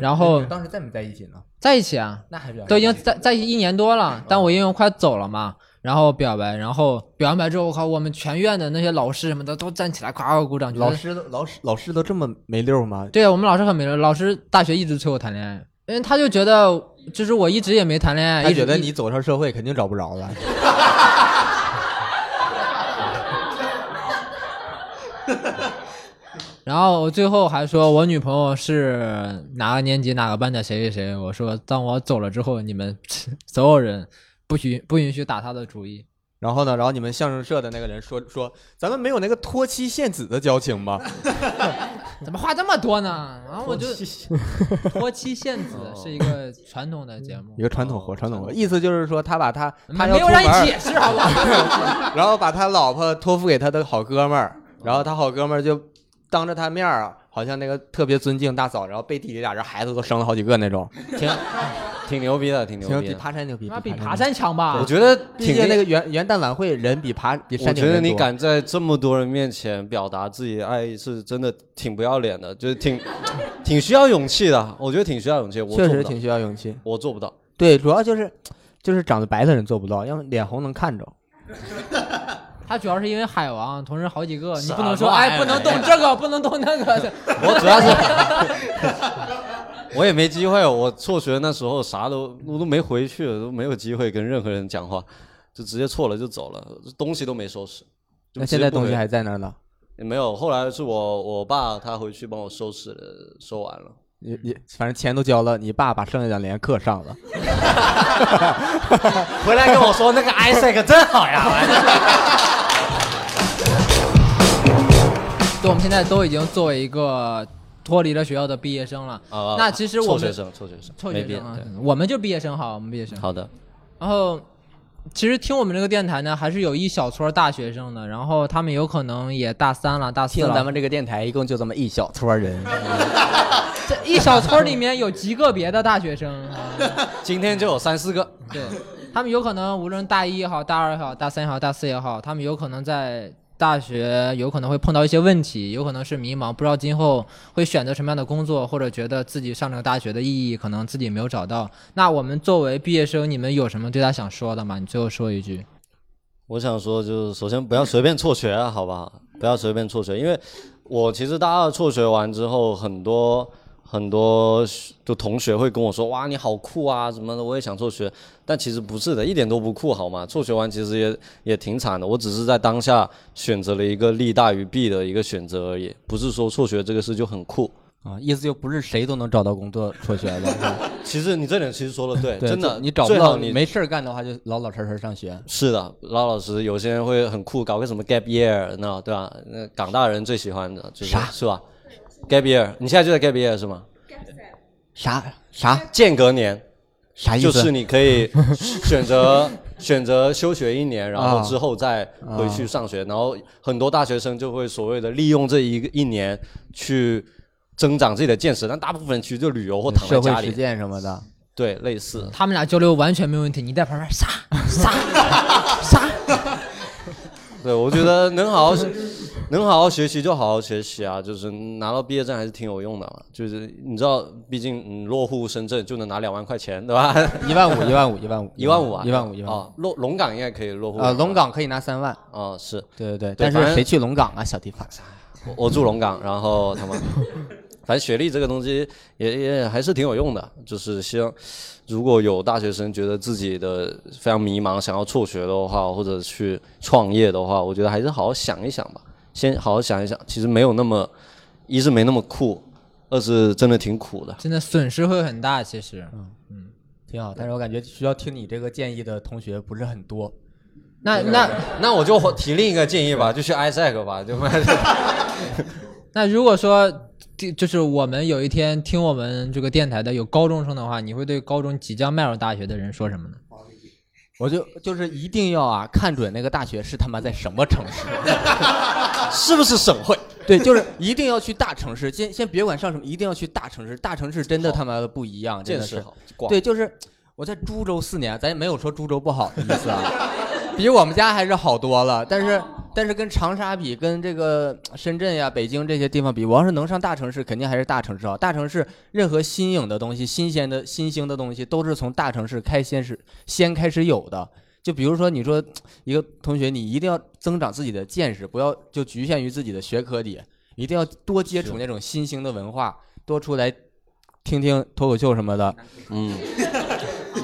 C: 然后
B: 当时在没在一起呢？
C: 在一起啊，
B: 那还是
C: 都已经在在一起一年多
B: 嗯
C: 了，但我因为快走了嘛，然后表白，然后表完白之后，我靠，我们全院的那些老师什么的都站起来夸我鼓掌，觉得
B: *laughs* 老师都老师老师都这么没溜儿吗？
C: 对我们老师很没人，老师大学一直催我谈恋爱，因为他就觉得就是我一直也没谈恋爱，
B: 他
C: 一直
B: 觉得
C: 一
B: 你走上社会肯定找不着了。
C: 然后我最后还说我女朋友是哪个年级哪个班的谁谁谁，我说当我走了之后，你们 *laughs* 所有人不许不允许打她的主意，
B: 然后呢，然后你们相声社的那个人说 *laughs* 说，咱们没有那个脱妻献子的交情 *laughs* 吗？
C: 怎么话这么多呢？然后我就
B: *laughs*
C: 脱妻献子
B: 哦
C: 是一个传统的节目
B: 一，个传统活，传统活，意思就是说他把他他要
C: 没
B: 出
C: 有让你
B: 门，
C: 解释好不好？
B: 然后把他老婆托付给他的好哥们儿，然后他好哥们儿就当着他面儿啊，好像那个特别尊敬大嫂，然后背地里俩人孩子都生了好几个那种，
E: 挺挺牛逼的，挺牛
B: 挺
E: 逼
B: 比
E: 的。
B: 爬山牛逼，
C: 妈比
B: 山
C: 爬
B: 牛逼。
C: 山强吧
E: 我？觉得
B: 毕
E: 挺
B: 竟
E: 厉
B: 那个元元旦晚会人比爬比
E: 我
B: 山顶
E: 觉
B: 人
E: 得你
B: 多
E: 敢在这么多人面前表达自己的爱意，是真的挺不要脸的，就是挺挺需要勇气的。我觉得挺需要勇气，我
B: 确
E: 做不
B: 实
E: 到
B: 挺需要勇气。
E: 我做不到。
B: 对，主要就是就是长得白的人做不到，要么脸红能看着。
C: 他主要是因为海王同时好几个，你
E: 什
C: 不能说
E: 么
C: 哎
E: 玩意儿
C: 不能动这个，不能动那个。
E: 我主要是 *laughs* 我也没机会，我辍学那时候啥都我都没回去，都没有机会跟任何人讲话，就直接错了就走了，东西都没收拾。就
B: 那
E: 直接
B: 现在
E: 不
B: 东西
E: 回
B: 还在那儿呢，
E: 也没有，后来是我我爸他回去帮我收拾了，收完了。 *laughs*
B: 你你反正钱都交了，你爸把剩下的连课上了。
E: 回来跟我说那个 Isaac 真好呀，
C: 对，我们现在都已经作为一个脱离了学校的毕业生了。
E: 啊
C: 那其实我
E: 臭
C: 们
E: 学生，臭学生，
C: 臭
E: 没
C: 学
E: 别
C: 生啊
E: 的。，
C: 我们就毕业生好，我们毕业生。
E: 好的，
C: 然后，其实听我们这个电台呢，还是有一小撮大学生的，然后他们有可能也大三了、大四
B: 听
C: 了。
B: 咱们这个电台，一共就这么一小撮人。
C: 这一小撮里面有极个别的大学生，啊
E: 今天就有三四个，
C: 对他们有可能无论大一也好、大二也好、大三也好、大四也好，他们有可能在大学有可能会碰到一些问题，有可能是迷茫，不知道今后会选择什么样的工作，或者觉得自己上这个大学的意义可能自己没有找到。那我们作为毕业生，你们有什么对他想说的吗？你最后说一句。
E: 我想说，就是首先不要随便辍学啊，好不好？不要随便辍学，因为我其实大二辍学完之后，很多很多就同学会跟我说，哇，你好酷啊什么的，我也想辍学，但其实不是的，一点都不酷，好吗？辍学完其实也也挺惨的，我只是在当下选择了一个利大于弊的一个选择而已，不是说辍学这个事就很酷。
D: 啊，意思就不是谁都能找到工作辍学的。
E: 其实你这点其实说的对，
D: 对
E: 真的，
D: 你找不
E: 最
D: 到
E: 好
D: 你
E: 你
D: 没事儿干的话，就老老实实上学。
E: 是的，老老实实，有些人会很酷，搞个什么 gap year，那对吧？那港大人最喜欢的就是是吧？gap year，你现在就在 gap year 是吗？
D: 啥啥
E: 间隔年
D: 啥意思？
E: 就是你可以选择 *laughs* 选择休学一年，然后之后再回去上
D: 啊
E: 学，然后很多大学生就会所谓的利用这一个一年去增长自己的见识，但大部分人其实就旅游或躺在
D: 社会
E: 家
D: 实
E: 里，
D: 践什么的。
E: 对，类似。
C: 他们俩交流完全没问题，你在旁边啥啥啥，
E: 对，我觉得能好好 *laughs* 学，能好好学习就好好学习啊，就是拿到毕业证还是挺有用的嘛。就是你知道，毕竟你落户深圳就能拿两万块钱，对吧？ *laughs*
D: 一万五，一万五，一万五，
E: 一万五啊，
D: 一万五，一万五。
E: 啊，落龙岗应该可以落户
D: 呃，龙岗可以拿三万。
E: 啊，是
D: 对对对，
E: 对
D: 但
E: 反
D: 是
E: 正
D: 谁去龙岗啊，小地方？
E: 我我住龙岗，然后他们，反正学历这个东西也也还是挺有用的，就是希望如果有大学生觉得自己的非常迷茫，想要辍学的话，或者去创业的话，我觉得还是好好想一想吧，先好好想一想，其实没有那么，一是没那么酷，二是真的挺苦的。
C: 真的损失会很大。其实，
D: 嗯挺好，但是我感觉需要听你这个建议的同学不是很多。
C: 那那
E: 那我就提另一个建议吧，就去 ISEC 吧，就
C: 那如果说，就就是我们有一天听我们这个电台的有高中生的话，你会对高中即将迈入大学的人说什么呢？
D: 我就就是一定要啊，看准那个大学是他妈在什么城市，
E: *laughs* 是不是省 *laughs* 会？
D: 对，就是一定要去大城市，先先别管上什么，一定要去大城市，大城市真的他妈的不一样，真
E: 见
D: 的
E: 识
D: 是。
E: 好，广
D: 对，就是我在株洲四年，咱也没有说株洲不好的意思啊，比我们家还是好多了。但是但是跟长沙比，跟这个深圳呀、北京这些地方比，我要是能上大城市，肯定还是大城市好。大城市任何新颖的东西、新鲜的新兴的东西，都是从大城市开先是先开始有的。就比如说，你说一个同学，你一定要增长自己的见识，不要就局限于自己的学科里，一定要多接触那种新兴的文化，多出来听听脱口秀什么的。
E: *laughs* 嗯，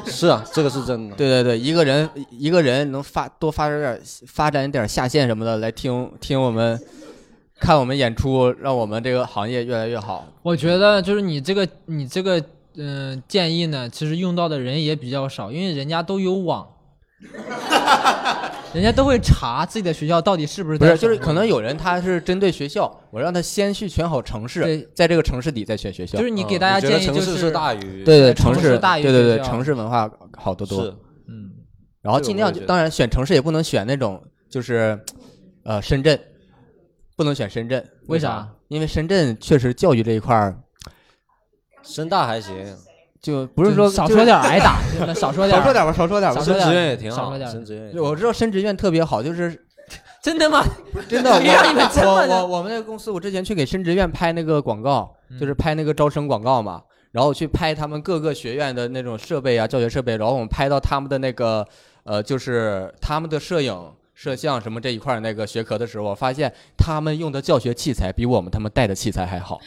E: 是啊，这个是真的。
D: 对对对，一个人一个人能发多发展点发展点下线什么的，来听听我们看我们演出，让我们这个行业越来越好。
C: 我觉得就是你这个你这个嗯、建议呢，其实用到的人也比较少，因为人家都有 *laughs* 网，人家都会查自己的学校到底是不是
D: 不
C: 在
D: 是，就是
C: 省会
D: 可能有人他是针对学校，我让他先去选好城市
C: 对，
D: 在这个城市里再选学校。
C: 就是你给大家
E: 嗯觉
C: 建
E: 得
C: 议
E: 城
C: 就
E: 市是大于
D: 对对，
C: 城
D: 城
C: 市
D: 市
C: 大于
D: 对对
C: 学
D: 对，
C: 校
D: 城市文化好得多。
E: 是
C: 嗯，
D: 然后
E: 这个
D: 尽
E: 我
D: 量
E: 也觉得
D: 当然选城市也不能选那种就是呃深圳，不能选深圳，
C: 为啥
D: 啥？因为深圳确实教育这一块儿
E: 深大还行，
D: 就不是说
C: 少
D: 就是
C: 说点儿挨打，
D: *laughs*
C: 真的少说点儿
D: 少说点吧，少说点吧
C: 少。说
E: 深
C: 点儿
E: 职院也挺
C: 少
E: 好
C: 说，点儿
E: 深职院也挺好。
D: 我知道深职院特别好，
C: *laughs*
D: 就是
C: 真的吗？
D: 真的。我
C: 你让你们这么
D: 我我我们那个公司，我之前去给深职院拍那个广告，就是拍那个招生广告嘛，然后去拍他们各个学院的那种设备啊，教学设备，然后我们拍到他们的那个呃，就是他们的摄影。摄像什么这一块儿那个学科的时候，我发现他们用的教学器材比我们他们带的器材还
C: *laughs*
D: 好，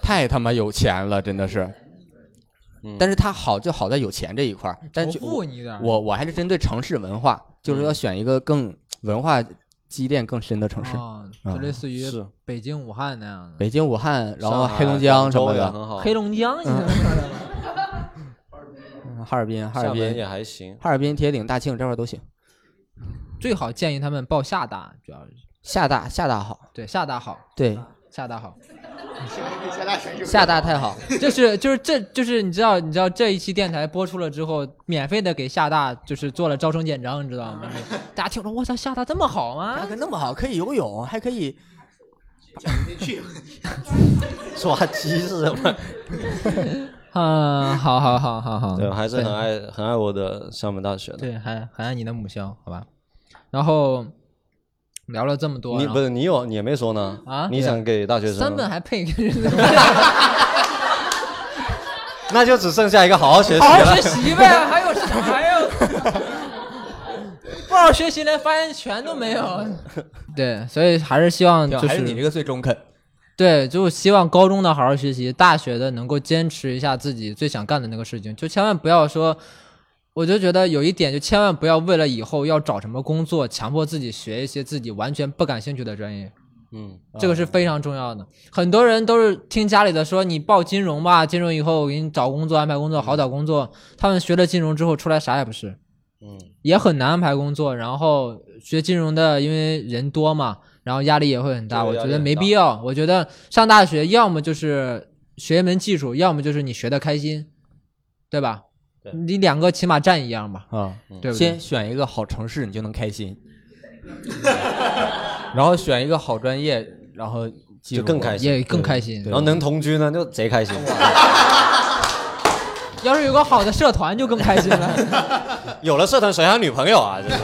D: 太他妈有钱了，真的是。
E: 嗯
D: 但是它好就好在有钱这一块儿，但就
C: 重复你有点儿。
D: 我我还是针对城市文化，就是要选一个更文化积淀更深的城市，
C: 啊，就类似于
E: 是
C: 北京、武汉那样的。
D: 北京、武汉，然后
E: 上海
D: 黑龙江什么
E: 广州也
D: 的，
E: 很好。
C: 黑龙江，你怎么
D: 嗯哈尔滨、哈尔
E: 厦门
D: 滨、
E: 也还行，
D: 哈尔滨、铁岭、大庆这块儿都行。
C: 最好建议他们报厦大，主要是
D: 厦大，厦大好，
C: 对厦大好，
D: 对，
C: 厦大好，
K: 厦大选手
D: 厦大太好，
C: 就是 *laughs* 就是这就是你知道你知道这一期电台播出了之后，免费的给厦大就是做了招生简章，你知道吗？ *laughs* 大家听着，我操，厦大这么好吗？
D: 可那么好，可以游泳，还可以
E: 抓鸡是什么？
C: 嗯，好好好好好，
E: 对，还是很爱很爱我的厦门大学的。
C: 对，还还爱你的母校，好吧。然后聊了这么多，啊
E: 你
C: 然
E: 不
C: 后
E: 是你有你也没说呢
C: 啊
E: 你想给大学生
C: 三
E: 吗
C: 本还配跟人
E: 那就只剩下一个好好学习
C: 好
E: 了。
C: 好学习呗，还有啥呀？
E: *laughs*
C: 不好好学习连发言权都没有。对，所以还是希望就是
D: 啊还是你这个最中肯。
C: 对，就希望高中的好好学习，大学的能够坚持一下自己最想干的那个事情，就千万不要说。我就觉得有一点，就千万不要为了以后要找什么工作，强迫自己学一些自己完全不感兴趣的专业。
E: 嗯，
C: 这个是非常重要的。很多人都是听家里的说你报金融吧，金融以后我给你找工作、安排工作，好找工作。他们学了金融之后出来啥也不是，
E: 嗯，
C: 也很难安排工作。然后学金融的，因为人多嘛，然后压力也会很大。
E: 对
C: 我
E: 压
C: 觉
E: 力
C: 得
E: 很
C: 没
E: 大
C: 必要。我觉得上大学要么就是学一门技术，要么就是你学的开心，对吧？
E: 对嗯
C: 你两个起码占一样吧，
D: 啊，
C: 对不对？
D: 先选一个好城市，你就能开心。 *laughs* 然后选一个好专业，然后
E: 就更开心
C: 也更开心。
E: 然后能同居呢，就贼开心。
C: 要是有个好的社团，就更开心了。
E: *laughs* *laughs* 有了社团，谁还有女朋友啊？这是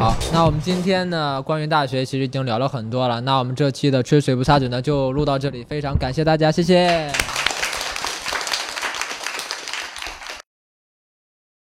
C: 好，那我们今天呢，关于大学其实已经聊了很多了。那我们这期的吹水不插嘴呢，就录到这里，非常感谢大家，谢谢。